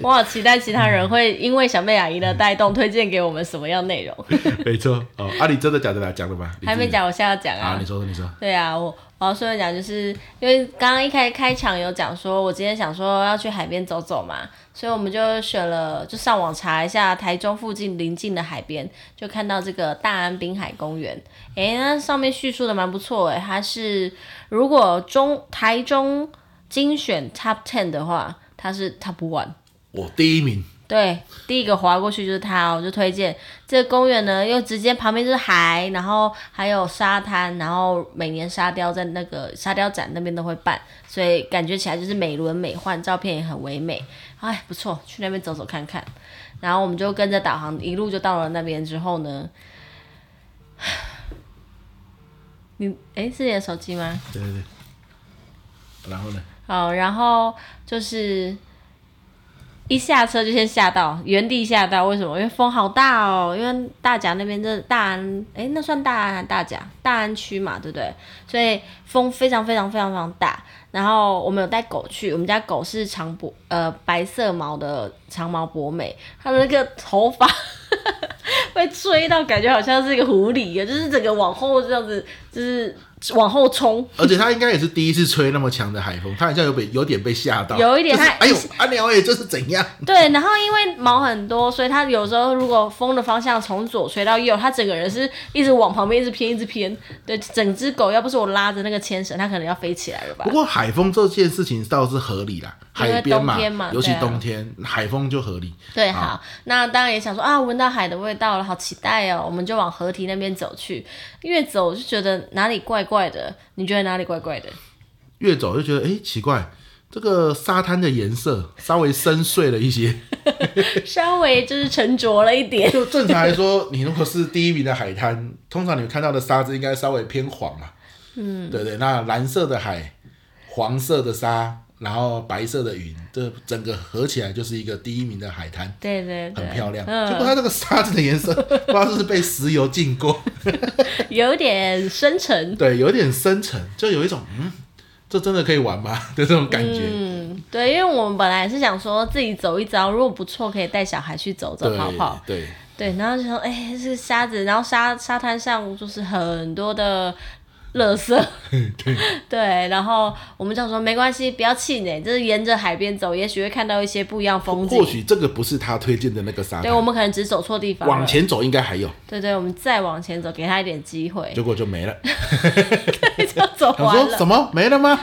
Speaker 2: 我好期待其他人会因为小妹雅莹的带动推荐给我们什么样内容，
Speaker 1: 没错哦，啊，你真的假的啦？讲了吧？你自己
Speaker 2: 还没讲，我现在要讲
Speaker 1: 啊？
Speaker 2: 啊
Speaker 1: 你。说，你说，
Speaker 2: 对啊，我我要顺便讲，就是因为刚刚一开开场有讲说，我今天想说要去海边走走嘛，所以我们就选了，就上网查一下台中附近邻近的海边，就看到这个大安滨海公园。诶，那上面叙述的蛮不错诶，它是如果中台中精选 Top Ten 的话，它是 Top One。
Speaker 1: 我第一名，
Speaker 2: 对，第一个划过去就是它、哦，我就推荐这个公园呢，又直接旁边就是海，然后还有沙滩，然后每年沙雕在那个沙雕展那边都会办，所以感觉起来就是美轮美奂，照片也很唯美，哎，不错，去那边走走看看。然后我们就跟着导航一路就到了那边之后呢，你哎是你的手机吗？
Speaker 1: 对对对。然后呢？
Speaker 2: 好，然后就是一下车就先吓到，原地吓到，为什么？因为风好大哦，因为大甲那边这大安，哎，那算大安还是大甲？大安区嘛，对不对？所以风非常非常非常非常大。然后我们有带狗去，我们家狗是长脖呃白色毛的长毛博美，它的那个头发。 被追到，感觉好像是一个狐狸一样，就是整个往后这样子，就是往后冲。
Speaker 1: 而且他应该也是第一次吹那么强的海风，他好像有被有点被吓到，
Speaker 2: 有一点
Speaker 1: 就是
Speaker 2: 他
Speaker 1: 哎呦，阿鸟哎，这是怎 样？
Speaker 2: 对，然后因为毛很多，所以他有时候如果风的方向从左吹到右，他整个人是一直往旁边一直偏，一直偏。对，整只狗要不是我拉着那个牵绳，它可能要飞起来了 吧
Speaker 1: 不？过海风这件事情倒是合理啦，
Speaker 2: 因为
Speaker 1: 海边
Speaker 2: 冬天嘛
Speaker 1: 尤其
Speaker 2: 对啊
Speaker 1: 冬天、海风就合理。
Speaker 2: 对，好，那当然也想说啊，闻到海的味道了，好期待哦！我们就往河堤那边走去，越走就觉得哪里怪怪的。你觉得哪里怪 怪的？
Speaker 1: 越走就觉得哎奇怪，这个沙滩的颜色稍微深邃了一 些。
Speaker 2: 稍微就是沉着了一点。
Speaker 1: 就正常来说，你如果是第一名的海滩，通常你看到的沙子应该稍微偏黄嘛。嗯，对对，那蓝色的海，黄色的沙，然后白色的云，这整个合起来就是一个第一名的海滩。
Speaker 2: 对对对，
Speaker 1: 很漂亮，结果
Speaker 2: 嗯，
Speaker 1: 它这个沙子的颜色， 不知道是不是被石油浸 过，
Speaker 2: 有点深沉。
Speaker 1: 对，有点深沉，就有一种嗯，这真的可以玩吗 的这种感觉。
Speaker 2: 嗯，对，因为我们本来是想说自己走一遭，如果不错，可以带小孩去走走
Speaker 1: 对
Speaker 2: 跑跑。
Speaker 1: 对，
Speaker 2: 对，然后就说，哎、这是沙子，然后沙沙滩上就是很多的垃圾。 对，然后我们就说没关系，不要气馁，就是沿着海边走，也许会看到一些不一样风景
Speaker 1: 或。许这个不是他推荐的那个沙
Speaker 2: 对，我
Speaker 1: 滩，
Speaker 2: 们可能只走错地方了。
Speaker 1: 往前走应该还有，
Speaker 2: 对对，我们再往前走，给他一点机会，
Speaker 1: 结果就没了。
Speaker 2: 就走
Speaker 1: 我
Speaker 2: 完
Speaker 1: 说
Speaker 2: 了。
Speaker 1: 什么没了 吗？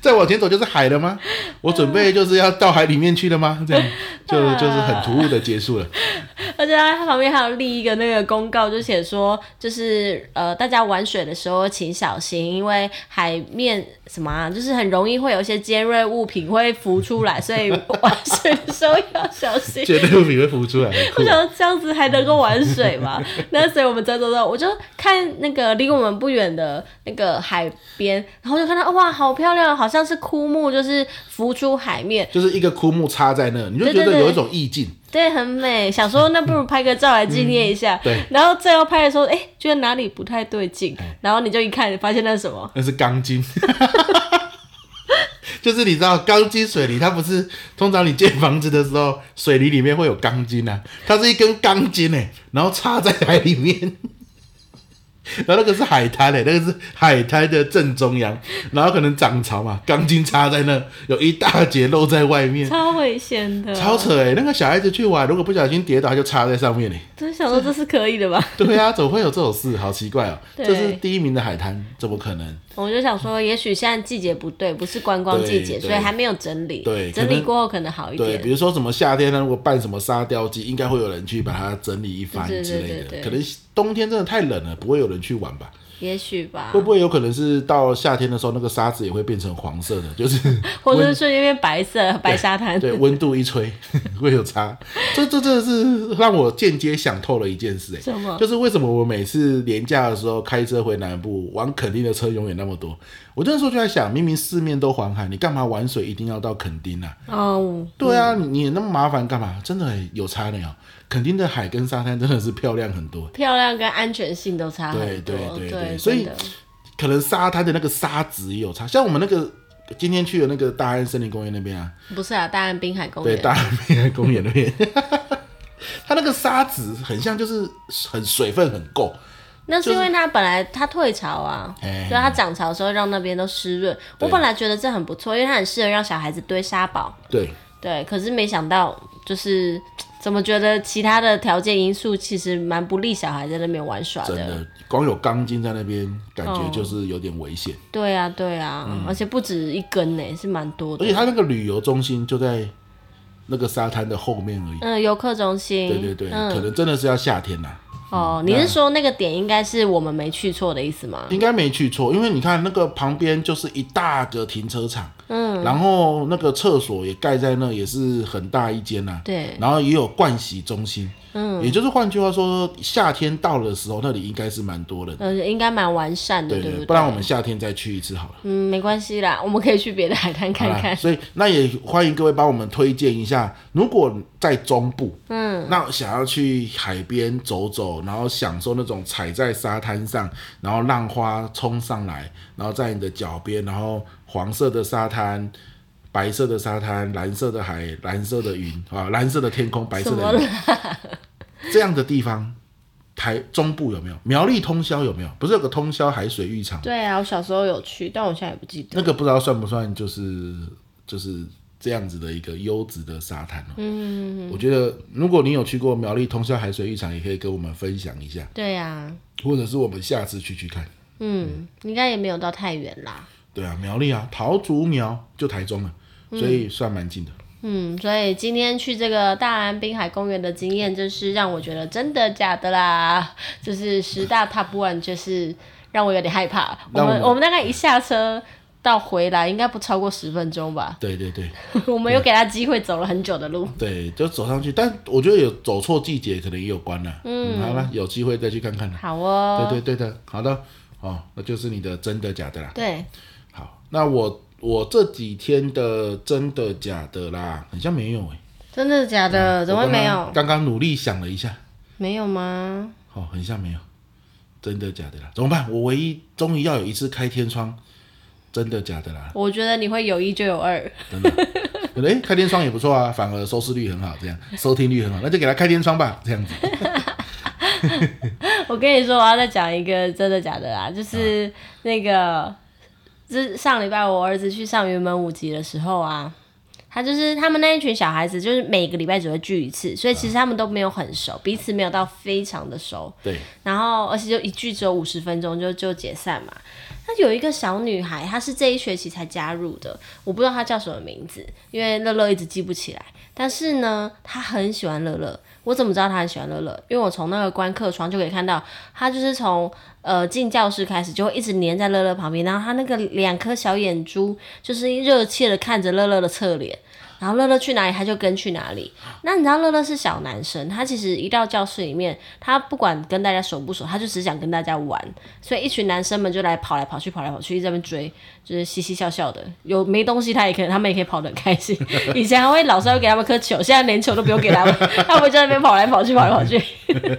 Speaker 1: 再往前走就是海了吗？我准备就是要到海里面去了 吗？这样就
Speaker 2: 啊
Speaker 1: 就是很突兀的结束了。
Speaker 2: 而且它旁边还有立一个那个公告，就写说，就是呃，大家玩水的时候请小心，因为海面什么啊，就是很容易会有一些尖锐物品会浮出来，所以玩水的时候要小心。
Speaker 1: 绝对比会浮出来，很
Speaker 2: 我
Speaker 1: 酷。
Speaker 2: 想说这样子还能够玩水吗？ 那所以我们走走走，我就看那个离我们不远的那个海边，然后就看到哇，好漂亮，好像是枯木，就是浮出海面，
Speaker 1: 就是一个枯木插在那，你就
Speaker 2: 对
Speaker 1: 觉
Speaker 2: 对
Speaker 1: 得
Speaker 2: 对
Speaker 1: 有一种意境。
Speaker 2: 对，很美。想说那不如拍个照来纪念一下。
Speaker 1: 对嗯
Speaker 2: 然后最后拍的时候，哎、觉得哪里不太对劲，然后你就一看，发现那是什么？
Speaker 1: 那是钢筋。 就是你知道钢筋水泥，它不是通常你建房子的时候，水泥里面会有钢筋啊，它是一根钢筋哎、然后插在海里面， 然后那个是海滩哎、那个是海滩的正中央，然后可能涨潮嘛，钢筋插在那，有一大截露在外面，
Speaker 2: 超危险的，
Speaker 1: 超扯哎、那个小孩子去玩，如果不小心跌倒，他就插在上面嘞、
Speaker 2: 就是想说这是可以的吧？
Speaker 1: 对啊，怎么会有这种事？好奇怪哦、
Speaker 2: 对
Speaker 1: 这是第一名的海滩，怎么可能？
Speaker 2: 我就想说，也许现在季节不对，不是观光季节，
Speaker 1: 对对
Speaker 2: 所以还没有整理。
Speaker 1: 对
Speaker 2: 整
Speaker 1: 可
Speaker 2: 理
Speaker 1: 能
Speaker 2: 过后可能好一
Speaker 1: 对，
Speaker 2: 点。
Speaker 1: 比如说什么夏天呢，如果办什么沙雕季，应该会有人去把它整理一番
Speaker 2: 对对
Speaker 1: 之
Speaker 2: 对
Speaker 1: 类
Speaker 2: 对
Speaker 1: 的。
Speaker 2: 对
Speaker 1: 可能冬天真的太冷了，不会有人去玩吧？
Speaker 2: 也许吧
Speaker 1: 会，不会有可能是到夏天的时候，那个沙子也会变成黄色的？ 就是
Speaker 2: 或者是瞬间变白色白沙滩。
Speaker 1: 对温度一吹 会有差。这这真的是让我间接想透了一件事、
Speaker 2: 什
Speaker 1: 哎，
Speaker 2: 么
Speaker 1: 就是为什么我每次年假的时候开车回南部，玩垦丁的车永远那么多。我那时候就在想，明明四面都环海，你干嘛玩水一定要到垦丁啊？
Speaker 2: 哦，
Speaker 1: 对啊，你你那么麻烦干嘛？真的欸有差呢哦，肯定的海跟沙滩真的是漂亮很多。
Speaker 2: 漂亮跟安全性都差很多。
Speaker 1: 对对对
Speaker 2: 对
Speaker 1: 对所以
Speaker 2: 真的
Speaker 1: 可能沙滩的那个沙子也有差，像我们那个今天去的那个大安森林公园那边啊，
Speaker 2: 不是啊，大安滨海公
Speaker 1: 对，
Speaker 2: 园。
Speaker 1: 大安森林公园那边，它那个沙子很像，就是很水分很够，
Speaker 2: 那是因为它本来它退潮啊，
Speaker 1: 哎
Speaker 2: 所以它涨潮的时候让那边都湿润。
Speaker 1: 对
Speaker 2: 我本来觉得这很不错，因为它很适合让小孩子堆沙堡。
Speaker 1: 对，
Speaker 2: 对，可是没想到就是。怎么觉得其他的条件因素其实蛮不利小孩在那边玩耍
Speaker 1: 真的，光有钢筋在那边，感
Speaker 2: 哦
Speaker 1: 觉就是有点危险。
Speaker 2: 对啊，对啊，
Speaker 1: 嗯
Speaker 2: 而且不止一根呢，是蛮多
Speaker 1: 而且
Speaker 2: 的。
Speaker 1: 它那个旅游中心就在那个沙滩的后面而已。
Speaker 2: 嗯，游客中心。
Speaker 1: 对对对，嗯可
Speaker 2: 嗯，
Speaker 1: 能真的是要夏天啦、
Speaker 2: 哦，你是说那个点应该是我们没去错的意思吗？
Speaker 1: 应该没去错，因为你看那个旁边就是一大个停车场，嗯，然后那个厕所也盖在那，也是很大一间呐、啊
Speaker 2: 对，
Speaker 1: 然后也有盥洗中心，嗯，也就是换句话说，夏天到的时候，那里应该是蛮多人的，
Speaker 2: 呃，应该蛮完善的，
Speaker 1: 嗯对
Speaker 2: 不对？
Speaker 1: 不然我们夏天再去一次好了。
Speaker 2: 嗯，没关系啦，我们可以去别的海滩看
Speaker 1: 好啦
Speaker 2: 看。
Speaker 1: 所以那也欢迎各位帮我们推荐一下，如果在中部，嗯，那想要去海边走走，然后享受那种踩在沙滩上，然后浪花冲上来，然后在你的脚边，然后黄色的沙滩。白色的沙滩，蓝色的海，蓝色的云啊，蓝色的天空，白色
Speaker 2: 什
Speaker 1: 的
Speaker 2: 么
Speaker 1: 云，
Speaker 2: 啦？
Speaker 1: 这样的地方，台中部有没有？苗栗通宵有没有？不是有个通宵海水浴场？
Speaker 2: 对啊，我小时候有去，但我现在也不记得。
Speaker 1: 那个不知道算不算就是就是这样子的一个优质的沙滩哦。嗯我觉得如果你有去过苗栗通宵海水浴场，也可以跟我们分享一下，
Speaker 2: 对啊，
Speaker 1: 或者是我们下次去去看。
Speaker 2: 嗯，应该也没有到太远啦。
Speaker 1: 对啊，苗栗啊，桃竹苗就台中了，所以算蛮近的。
Speaker 2: 嗯，所以今天去这个大安滨海公园的经验，就是让我觉得真的假的啦， 就是十大 top one，就是让我有点害怕。我
Speaker 1: 让我
Speaker 2: 们我们大概一下车到回来，应该不超过十分钟吧。
Speaker 1: 对对对
Speaker 2: 我们又给他机会走了很久的路。
Speaker 1: 对，就走上去，但我觉得有走错季节可能也有关了。嗯，好了，有机会再去看看了。
Speaker 2: 好哦，
Speaker 1: 对对对的，好的，哦，那就是你的真的假的啦。
Speaker 2: 对，
Speaker 1: 好，那我我这几天的真的假的啦，好像没有哎、
Speaker 2: 真的假的？怎么会
Speaker 1: 我
Speaker 2: 没有？
Speaker 1: 刚刚刚刚努力想了一下，
Speaker 2: 没有吗？
Speaker 1: 哦，很像没有，真的假的啦？怎么办？我唯一终于要有一次开天窗，真的假的啦？
Speaker 2: 我觉得你会有一就有二。
Speaker 1: 真的。可能哎，开天窗也不错啊，反而收视率很好， 这样收听率很好，那就给他开天窗吧，这样子。
Speaker 2: 我跟你说，我要再讲一个真的假的啦，就是那个，这上礼拜我儿子去上云门舞集的时候啊，他就是他们那一群小孩子，就是每个礼拜只会聚一次，所以其实他们都没有很熟，彼此没有到非常的熟。
Speaker 1: 对，
Speaker 2: 然后而且就一聚只有五十分钟就就解散嘛。那有一个小女孩，她是这一学期才加入的，我不知道她叫什么名字，因为乐乐一直记不起来。但是呢，她很喜欢乐乐，我怎么知道她很喜欢乐乐？因为我从那个观课窗就可以看到，她就是从呃进教室开始就会一直黏在乐乐旁边，然后她那个两颗小眼珠就是热切的看着乐乐的侧脸。然后乐乐去哪里，他就跟去哪里。那你知道乐乐是小男生，他其实一到教室里面，他不管跟大家熟不熟，他就只想跟大家玩。所以一群男生们就来跑来跑去，跑来跑去，一直在那边追，就是嘻嘻笑笑的。有没东西他也可以，他们也可以跑得很开心。 以前还会老师还会给他们颗球，现在连球都不用给他们， 他们就在那边跑来跑去，跑来跑去。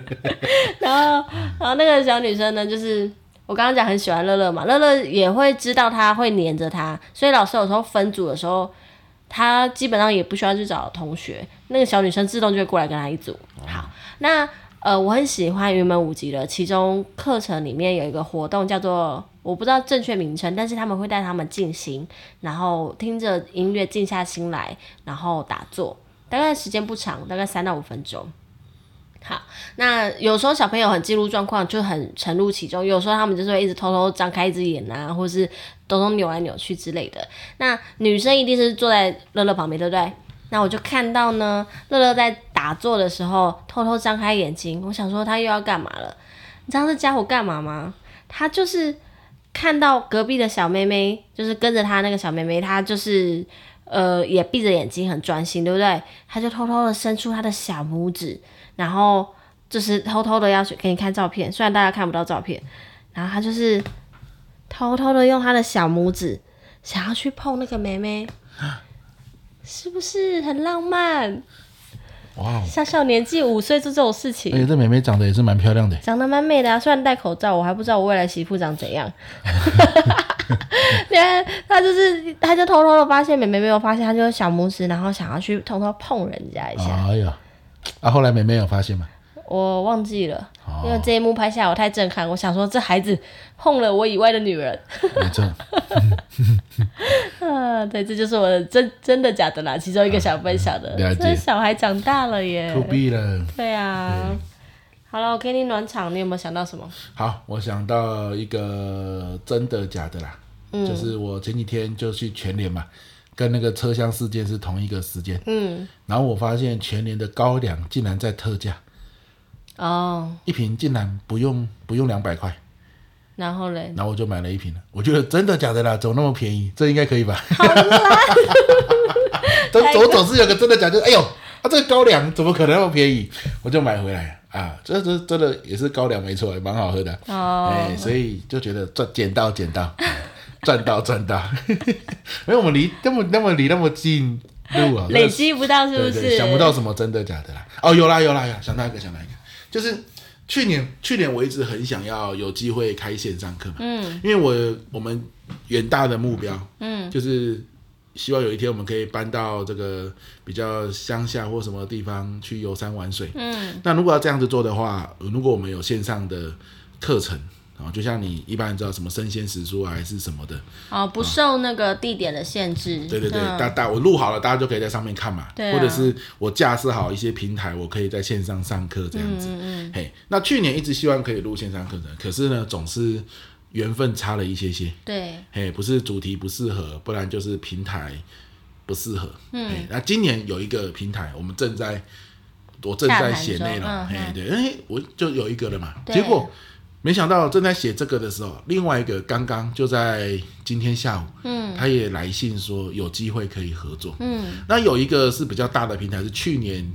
Speaker 2: 然后，然后那个小女生呢，就是我刚刚讲很喜欢乐乐嘛，乐乐也会知道他会黏着他，所以老师有时候分组的时候，他基本上也不需要去找同学，那个小女生自动就会过来跟他一组。好，那呃，我很喜欢云门舞集的，其中课程里面有一个活动叫做。我不知道正确名称，但是他们会带他们静心，然后听着音乐静下心来，然后打坐，大概时间不长，大概三到五分钟。好，那有时候小朋友很进入状况，就很沉入其中；有时候他们就是会一直偷偷张开一只眼啊，或是偷偷扭来扭去之类的。那女生一定是坐在乐乐旁边，对不对？那我就看到呢，乐乐在打坐的时候偷偷张开眼睛，我想说他又要干嘛了？你知道这家伙干嘛吗？他就是看到隔壁的小妹妹，就是跟着他那个小妹妹，他就是呃也闭着眼睛很专心，对不对？他就偷偷的伸出他的小拇指，然后就是偷偷的要去给你看照片，虽然大家看不到照片，然后他就是偷偷的用他的小拇指想要去碰那个妹妹，是不是很浪漫？
Speaker 1: 哇哦，哎
Speaker 2: 小小年纪五岁做这种事情
Speaker 1: 而，且这妹妹长得也是蛮漂亮的，
Speaker 2: 长得蛮美的啊，虽然戴口罩，我还不知道我未来媳妇长怎样。 对啊，他就是，他就偷偷的发现妹妹没有发现，他就用小拇指，然后想要去偷偷碰人家一下，
Speaker 1: 哎呀，啊，后来妹妹有发现吗？
Speaker 2: 我忘记了，
Speaker 1: 哦
Speaker 2: 因为这一幕拍下来我太震撼，我想说这孩子碰了我以外的女人，
Speaker 1: 没错，
Speaker 2: 啊，对，这就是我的真真的假的啦，其中一个想分享的，
Speaker 1: 嗯了解
Speaker 2: 这小孩长大了耶
Speaker 1: 酷，毙了。
Speaker 2: 对啊，
Speaker 1: 嗯
Speaker 2: 好了，我给你暖场，你有没有想到什么？
Speaker 1: 好，我想到一个真的假的啦，就是我前几天就去全联嘛，跟那个车厢事件是同一个时间，
Speaker 2: 嗯，
Speaker 1: 然后我发现全联的高粱竟然在特价，
Speaker 2: 哦，
Speaker 1: 一瓶竟然不用不用两百块，
Speaker 2: 然后嘞，
Speaker 1: 然后我就买了一瓶了。我觉得真的假的啦，怎么那么便宜？这应该可以吧？好 但总总是有个真的假的，哎呦，啊这个高粱怎么可能那么便宜？我就买回来啊，这这真的也是高粱没错，也蛮好喝的。
Speaker 2: 哦，
Speaker 1: 哎、所以就觉得赚捡到捡到，哎赚到赚到， 因为我们离那么那么离那么近路啊，
Speaker 2: 累积不到是不
Speaker 1: 对
Speaker 2: 是？
Speaker 1: 对想不到什么真的假的啦。哦，有啦有啦有啦，想到一个想到一个，就是去年去年我一直很想要有机会开线上课嘛，嗯，因为我我们远大的目标，嗯，就是希望有一天我们可以搬到这个比较乡下或什么地方去游山玩水。嗯，那如果要这样子做的话，如果我们有线上的课程。啊，就像你一般知道什么生鲜食蔬啊，还是什么的，
Speaker 2: 哦，不受那个地点的限制。
Speaker 1: 对对对，
Speaker 2: 嗯
Speaker 1: 大大我录好了，大家就可以在上面看嘛，
Speaker 2: 对啊
Speaker 1: 或者是我架设好一些平台，我可以在线上上课这样子。嗯嘿，那去年一直希望可以录线上课程，可是呢，总是缘分差了一些些。
Speaker 2: 对，
Speaker 1: 嘿，不是主题不适合，不然就是平台不适合。嗯，那今年有一个平台，我们正在我正在写内容，
Speaker 2: 洽谈中
Speaker 1: 嘿
Speaker 2: 嗯，嗯
Speaker 1: 对，哎，我就有一个了嘛。
Speaker 2: 对
Speaker 1: 结果没想到正在写这个的时候，另外一个刚刚就在今天下午，嗯，他也来信说有机会可以合作。
Speaker 2: 嗯，
Speaker 1: 那有一个是比较大的平台，是去年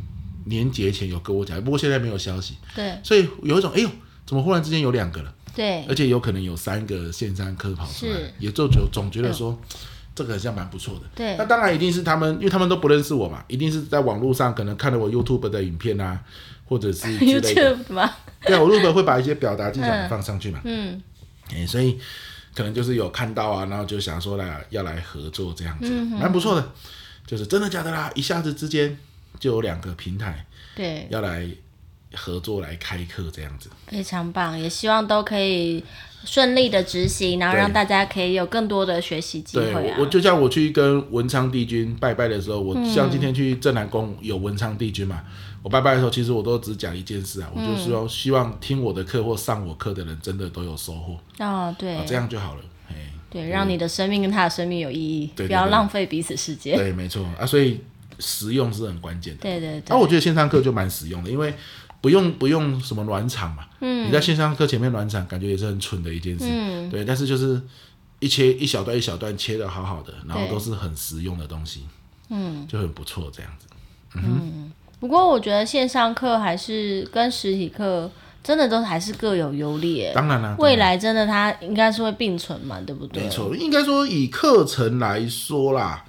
Speaker 1: 年节前有跟我讲，不过现在没有消息，
Speaker 2: 对
Speaker 1: 所以有一种哎呦，怎么忽然之间有两个了？
Speaker 2: 对
Speaker 1: 而且有可能有三个线上课跑出来
Speaker 2: 是，哎
Speaker 1: 也就总总觉得说、这个好像蛮不错的。
Speaker 2: 对
Speaker 1: 那当然一定是他们，因为他们都不认识我嘛，一定是在网络上可能看了我 YouTube 的影片啊，或 者是 之类的。
Speaker 2: ，YouTube 嘛，
Speaker 1: 对啊，我 YouTube 会把一些表达技巧放上去嘛，
Speaker 2: 嗯
Speaker 1: 哎、所以可能就是有看到啊，然后就想说来要来合作这样子，
Speaker 2: 嗯
Speaker 1: 蛮不错的。就是真的假的啦，一下子之间就有两个平台
Speaker 2: 对，
Speaker 1: 要来合作来开课这样子。
Speaker 2: 非常棒，也希望都可以顺利的执行，然后
Speaker 1: 对
Speaker 2: 让大家可以有更多的学习机
Speaker 1: 对，
Speaker 2: 会啊嗯
Speaker 1: 我我。就像我去跟文昌帝君拜拜的时候，我像今天去正南宫有文昌帝君嘛，我拜拜的时候，其实我都只讲一件事啊，我就
Speaker 2: 嗯
Speaker 1: 希望希望听我的课或上我课的人真的都有收获，
Speaker 2: 哦，对
Speaker 1: 啊，这样就好了。哎，
Speaker 2: 对，让你的生命跟他的生命有意义，
Speaker 1: 对对
Speaker 2: 不要
Speaker 1: 对
Speaker 2: 浪费彼此时间。
Speaker 1: 对，没错啊，所以实用是很关键的。
Speaker 2: 对对对
Speaker 1: 那、，我觉得线上课就蛮实用的，因为不用不用什么暖场嘛，嗯，你在线上课前面暖场，感觉也是很蠢的一件事，嗯，对，但是就是一切一小段一小段切的好好的，然后
Speaker 2: 对
Speaker 1: 都是很实用的东西，嗯，就很不错这样子。
Speaker 2: 不过我觉得线上课还是跟实体课真的都还是各有优劣。
Speaker 1: 当然啦、
Speaker 2: 未来真的它应该是会并存嘛，对不对？
Speaker 1: 没错，应该说以课程来说啦，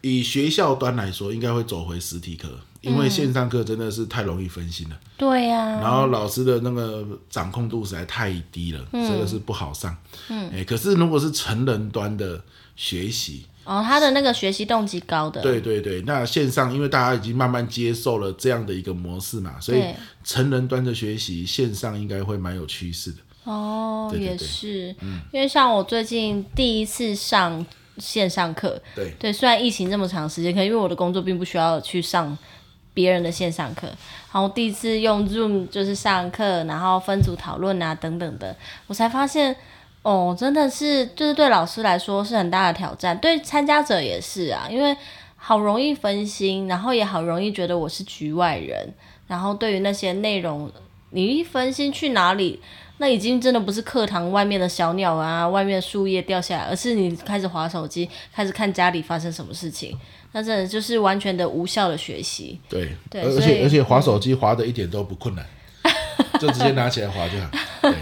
Speaker 1: 以学校端来说，应该会走回实体课，因为线上课真的是太容易分心了，
Speaker 2: 对呀、
Speaker 1: 然后老师的那个掌控度实在太低了，真的是不好上。嗯，哎、可是如果是成人端的学习，
Speaker 2: 哦，他的那个学习动机高的，
Speaker 1: 对对对，那线上因为大家已经慢慢接受了这样的一个模式嘛，所以
Speaker 2: 对
Speaker 1: 成人端的学习线上应该会蛮有趋势的。
Speaker 2: 哦，
Speaker 1: 对对嗯
Speaker 2: 也
Speaker 1: 对
Speaker 2: 是，因为像我最近第一次上线上课，
Speaker 1: 对，
Speaker 2: 对，虽然疫情这么长时间，可因为我的工作并不需要去上别人的线上课，然后第一次用 Zoom 就是上课，然后分组讨论啊等等的，我才发现。哦，真的是，就是对老师来说是很大的挑战，对参加者也是啊，因为好容易分心，然后也好容易觉得我是局外人，然后对于那些内容，你一分心去哪里，那已经真的不是课堂外面的小鸟啊，外面的树叶掉下来，而是你开始划手机，开始看家里发生什么事情，那真的就是完全的无效的学习。
Speaker 1: 对，
Speaker 2: 对
Speaker 1: 而而
Speaker 2: 所以嗯
Speaker 1: 且而且滑手机滑的一点都不困难，就直接拿起来滑就好。对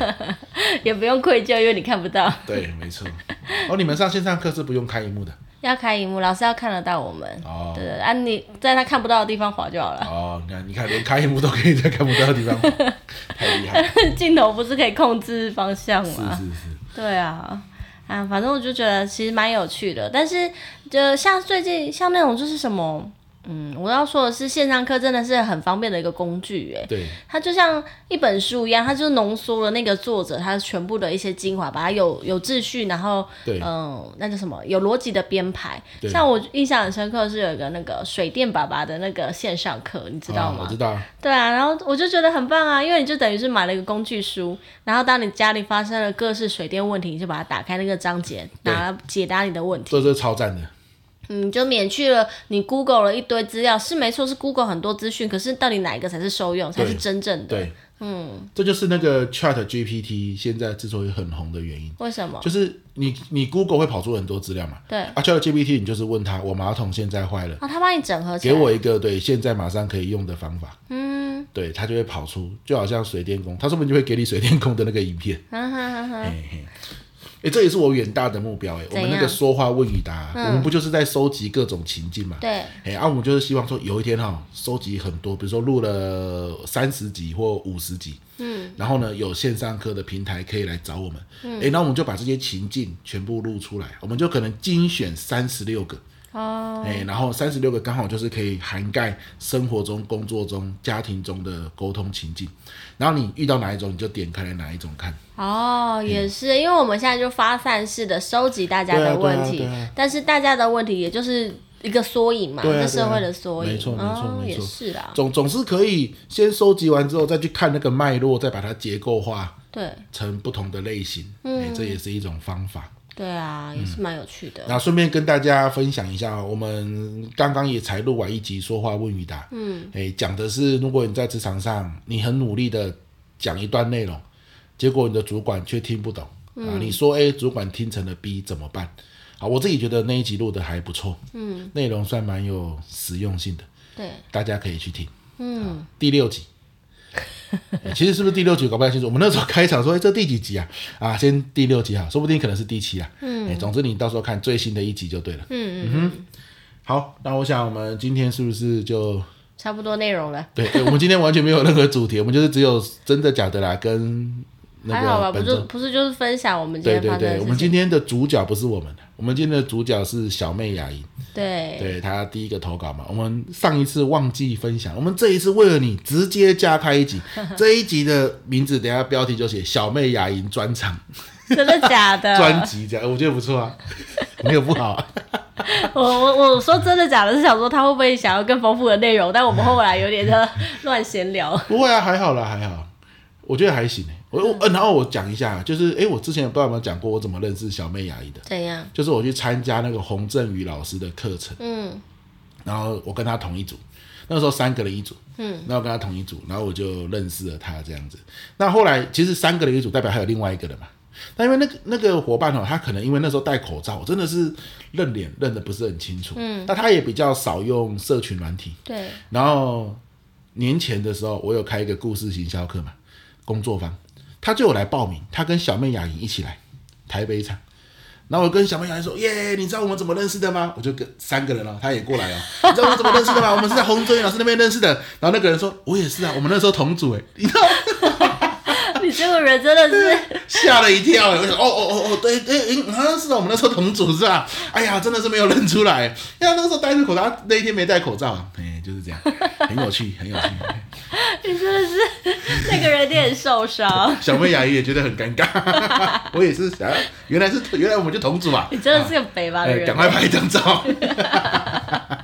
Speaker 2: 也不用愧疚，因为你看不 到。
Speaker 1: 对，没错。哦，你们上线上课是不用开荧幕的
Speaker 2: 要开荧幕，老师要看得到我们。
Speaker 1: 哦
Speaker 2: 对啊，你在他看不到的地方划就好了。
Speaker 1: 哦。你看，你看，连开荧幕都可以在看不到的地方滑，太厉害了！
Speaker 2: 镜头不是可以控制方向
Speaker 1: 是
Speaker 2: 吗？
Speaker 1: 是是，
Speaker 2: 对啊，啊，反正我就觉得其实蛮有趣的。但是就像最近像那种就是什么，嗯，我要说的是线上课真的是很方便的一个工具，哎，
Speaker 1: 对
Speaker 2: 它就像一本书一样，它就浓缩了那个作者他全部的一些精华，把它有有秩序，然后
Speaker 1: 对啊
Speaker 2: 嗯，那叫什么有逻辑的编排。
Speaker 1: 对
Speaker 2: 像我印象很深刻是有一个那个水电爸爸的那个线上课，你知道
Speaker 1: 啊
Speaker 2: 吗？
Speaker 1: 我知道。
Speaker 2: 对啊，然后我就觉得很棒啊，因为你就等于是买了一个工具书，然后当你家里发生了各式水电问题，你就把它打开那个章节，
Speaker 1: 对
Speaker 2: 拿解答你的问题。
Speaker 1: 这是超赞的，
Speaker 2: 嗯，就免去了你 Google 了一堆资料，是没错，是 Google 很多资讯，可是到底哪一个才是受用，才是
Speaker 1: 对
Speaker 2: 真正的？
Speaker 1: 对，嗯，这就是那个 Chat GPT 现在之所以很红的原因，
Speaker 2: 为什么？
Speaker 1: 就是你你 Google 会跑出很多资料嘛，
Speaker 2: 对
Speaker 1: 啊，Chat GPT 你就是问他，我马桶现在坏了，
Speaker 2: 啊，他帮你整合起
Speaker 1: 给
Speaker 2: 来。
Speaker 1: 我一个对现在马上可以用的方法，
Speaker 2: 嗯，
Speaker 1: 对，它就会跑出，就好像水电工，它说不定就会给你水电工的那个影片。
Speaker 2: 哈哈哈哈，
Speaker 1: 嘿嘿，哎，这也是我远大的目标哎。我
Speaker 2: 怎样嗯
Speaker 1: 们那个说话问与答，我们不就是在收集各种情境嘛？
Speaker 2: 对
Speaker 1: 哎，啊，我们就是希望说有一天哈、收集很多，比如说录了三十集或五十集，嗯，然后呢，有线上课的平台可以来找我们，哎、那我们就把这些情境全部录出来，我们就可能精选三十六个，
Speaker 2: 哦，
Speaker 1: 哎，然后三十六个刚好就是可以涵盖生活中、工作中、家庭中的沟通情境。然后你遇到哪一种，你就点开来哪一种看。
Speaker 2: 哦，也是，因为我们现在就发散式的收集大家
Speaker 1: 对啊
Speaker 2: 的
Speaker 1: 对啊
Speaker 2: 问题，
Speaker 1: 对啊
Speaker 2: 但是大家的问题也就是一个缩影嘛，
Speaker 1: 对啊
Speaker 2: 这
Speaker 1: 对
Speaker 2: 社
Speaker 1: 啊
Speaker 2: 会的缩影，
Speaker 1: 没错没错
Speaker 2: 哦
Speaker 1: 没
Speaker 2: 也
Speaker 1: 错
Speaker 2: 是啊，
Speaker 1: 总总是可以先收集完之后，再去看那个脉络，再把它结构化
Speaker 2: 对
Speaker 1: 成不同的类型。哎，这也是一种方法。
Speaker 2: 对啊，也是
Speaker 1: 嗯
Speaker 2: 蛮有趣的。
Speaker 1: 那顺便跟大家分享一下，我们刚刚也才录完一集说话问与答，嗯，诶，讲的是如果你在职场上你很努力的讲一段内容，结果你的主管却听不懂、啊，你说 A，主管听成了 B 怎么办？好，我自己觉得那一集录的还不错，嗯，内容算蛮有实用性的，
Speaker 2: 对，
Speaker 1: 大家可以去听。嗯，第六集。 诶其实是不是第六集搞不太清楚。我们那时候开场说，哎、这第几集啊？啊，先第六集哈，说不定可能是第七啦。嗯、总之你到时候看最新的一集就对了。嗯嗯好，那我想我们今天是不是就
Speaker 2: 差不多内容了，
Speaker 1: 对、诶我们今天完全没有任何主题， 我们就是只有真的假的啦，跟那
Speaker 2: 还好
Speaker 1: 个
Speaker 2: 吧？不
Speaker 1: 本
Speaker 2: 就
Speaker 1: 周。
Speaker 2: 不是就是分享我们今
Speaker 1: 对
Speaker 2: 天
Speaker 1: 对
Speaker 2: 发生的
Speaker 1: 对，我
Speaker 2: 事
Speaker 1: 们
Speaker 2: 情，
Speaker 1: 今天的主角不是我们，我们今天的主角是小妹雅莹，
Speaker 2: 对
Speaker 1: 对她第一个投稿嘛。我们上一次忘记分享，我们这一次为了你直接加开一集，这一集的名字等一下标题就写“小妹雅莹专场”。
Speaker 2: 真的假
Speaker 1: 专
Speaker 2: 的？
Speaker 1: 辑这样，我觉得不错啊，没有不好啊。
Speaker 2: 我我我说真的假的，是想说他会不会想要更丰富的内容，但我们后来有点的 乱闲聊。
Speaker 1: 不会啊，还好啦，还好，我觉得还行欸我我、呃然后我讲一下，就是诶，我之前不知道有没有讲过我怎么认识小妹牙医的，
Speaker 2: 怎样？
Speaker 1: 就是我去参加那个洪振宇老师的课程，
Speaker 2: 嗯，
Speaker 1: 然后我跟他同一组，那时候三个人一组，嗯，那我跟他同一组，然后我就认识了他这样子。那后来其实三个人一组，代表还有另外一个人嘛。但因为那个那个伙伴哦，他可能因为那时候戴口罩，我真的是认脸认的不是很清楚，嗯，那他也比较少用社群软体，
Speaker 2: 对，
Speaker 1: 然后年前的时候，我有开一个故事行销课嘛，工作坊，他就有来报名，他跟小妹雅莹一起来台北场。然后我跟小妹雅莹说：“耶，你知道我们怎么认识的吗？”我就跟三个人哦，他也过来哦。你知道我们怎么认识的吗？我们是在洪哲宇老师那边认识的。然后那个人说：“我也是啊，我们那时候同组哎。” 你知道吗
Speaker 2: 你这个人真的是
Speaker 1: 吓了一跳哎！我想，哦哦哦哦，对对，诶嗯，好像是啊，我们那时候同组是吧？哎呀，真的是没有认出来，因为他那时候戴着口罩，他那一天没戴口罩啊，哎，就是这样，很有趣，很有趣。
Speaker 2: 你真的是 那个人有点受伤，
Speaker 1: 小妹雅也觉得很尴尬， 我也是想要，原来是原来我们就同组啊，
Speaker 2: 你真的是个北方
Speaker 1: 哎，
Speaker 2: 人
Speaker 1: 赶。快拍一张 照，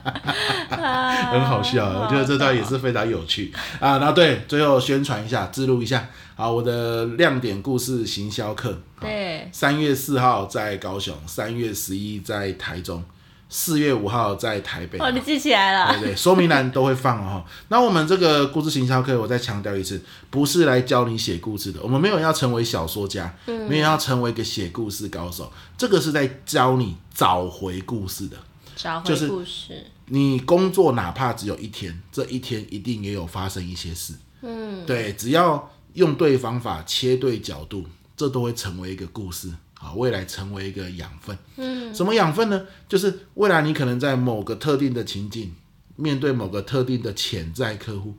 Speaker 2: 啊
Speaker 1: 很好笑，我觉得这招也是非常有趣啊。然后对，最后宣传一下，记录一下啊，我的亮点故事行销课，
Speaker 2: 对，
Speaker 1: 三月四号在高雄，三月十一在台中，四月五号在台北。
Speaker 2: 哦，你记起来了
Speaker 1: 对，对，说明栏都会放哦。那我们这个故事行销课，我再强调一次，不是来教你写故事的，我们没有要成为小说家，没有要成为一个写故事高手，这个是在教你找回故事的。
Speaker 2: 找回
Speaker 1: 就是
Speaker 2: 故事，
Speaker 1: 你工作哪怕只有一天，这一天一定也有发生一些事。嗯，对，只要用对方法、切对角度，这都会成为一个故事啊，未来成为一个养分。嗯，什么养分呢？就是未来你可能在某个特定的情境，面对某个特定的潜在客户，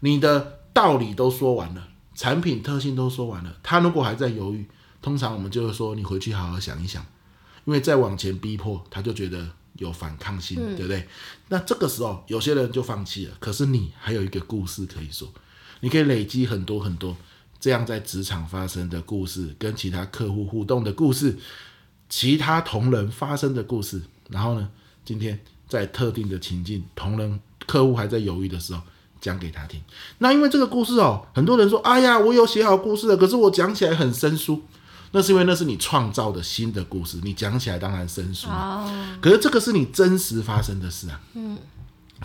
Speaker 1: 你的道理都说完了，产品特性都说完了，他如果还在犹豫，通常我们就会说你回去好好想一想，因为再往前逼迫，他就觉得有反抗性，对不对？那这个时候有些人就放弃了，可是你还有一个故事可以说，你可以累积很多很多这样在职场发生的故事，跟其他客户互动的故事，其他同仁发生的故事，然后呢，今天在特定的情境，同仁客户还在犹豫的时候，讲给他听。那因为这个故事哦，很多人说，哎呀，我有写好故事的，可是我讲起来很生疏。那是因为那是你创造的新的故事，你讲起来当然生疏嘛。可是这个是你真实发生的事啊。嗯，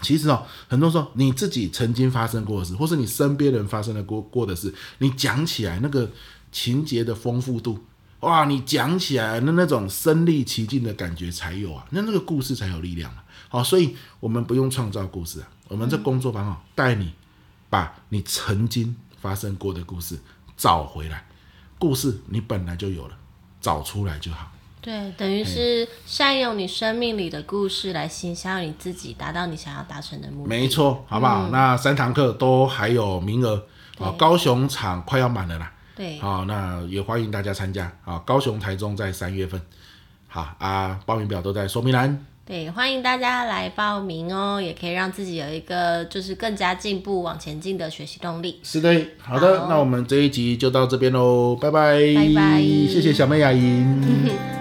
Speaker 1: 其实哦，很多时候你自己曾经发生过的事，或是你身边人发生的过过的事，你讲起来那个情节的丰富度，哇，你讲起来的那种身临其境的感觉才有啊，那那个故事才有力量啊。好，所以我们不用创造故事啊，我们这工作坊哦，带你把你曾经发生过的故事找回来。故事你本来就有了，找出来就好。
Speaker 2: 对，等于
Speaker 1: 哎
Speaker 2: 是善用你生命里的故事来行销你自己，达到你想要达成的目的。
Speaker 1: 没错，好不好？那三堂课都还有名额，啊，高雄场快要满了啦。
Speaker 2: 对，
Speaker 1: 好、那也欢哦迎大家参加啊！高雄、台中在三月份，好啊，报名表都在说明栏。
Speaker 2: 对，欢迎大家来报名哦，也可以让自己有一个就是更加进步、往前进的学习动力。
Speaker 1: 是的，好的，
Speaker 2: 好
Speaker 1: 那我们这一集就到这边喽，拜拜，
Speaker 2: 拜拜
Speaker 1: 谢谢小妹雅莹。
Speaker 2: 嗯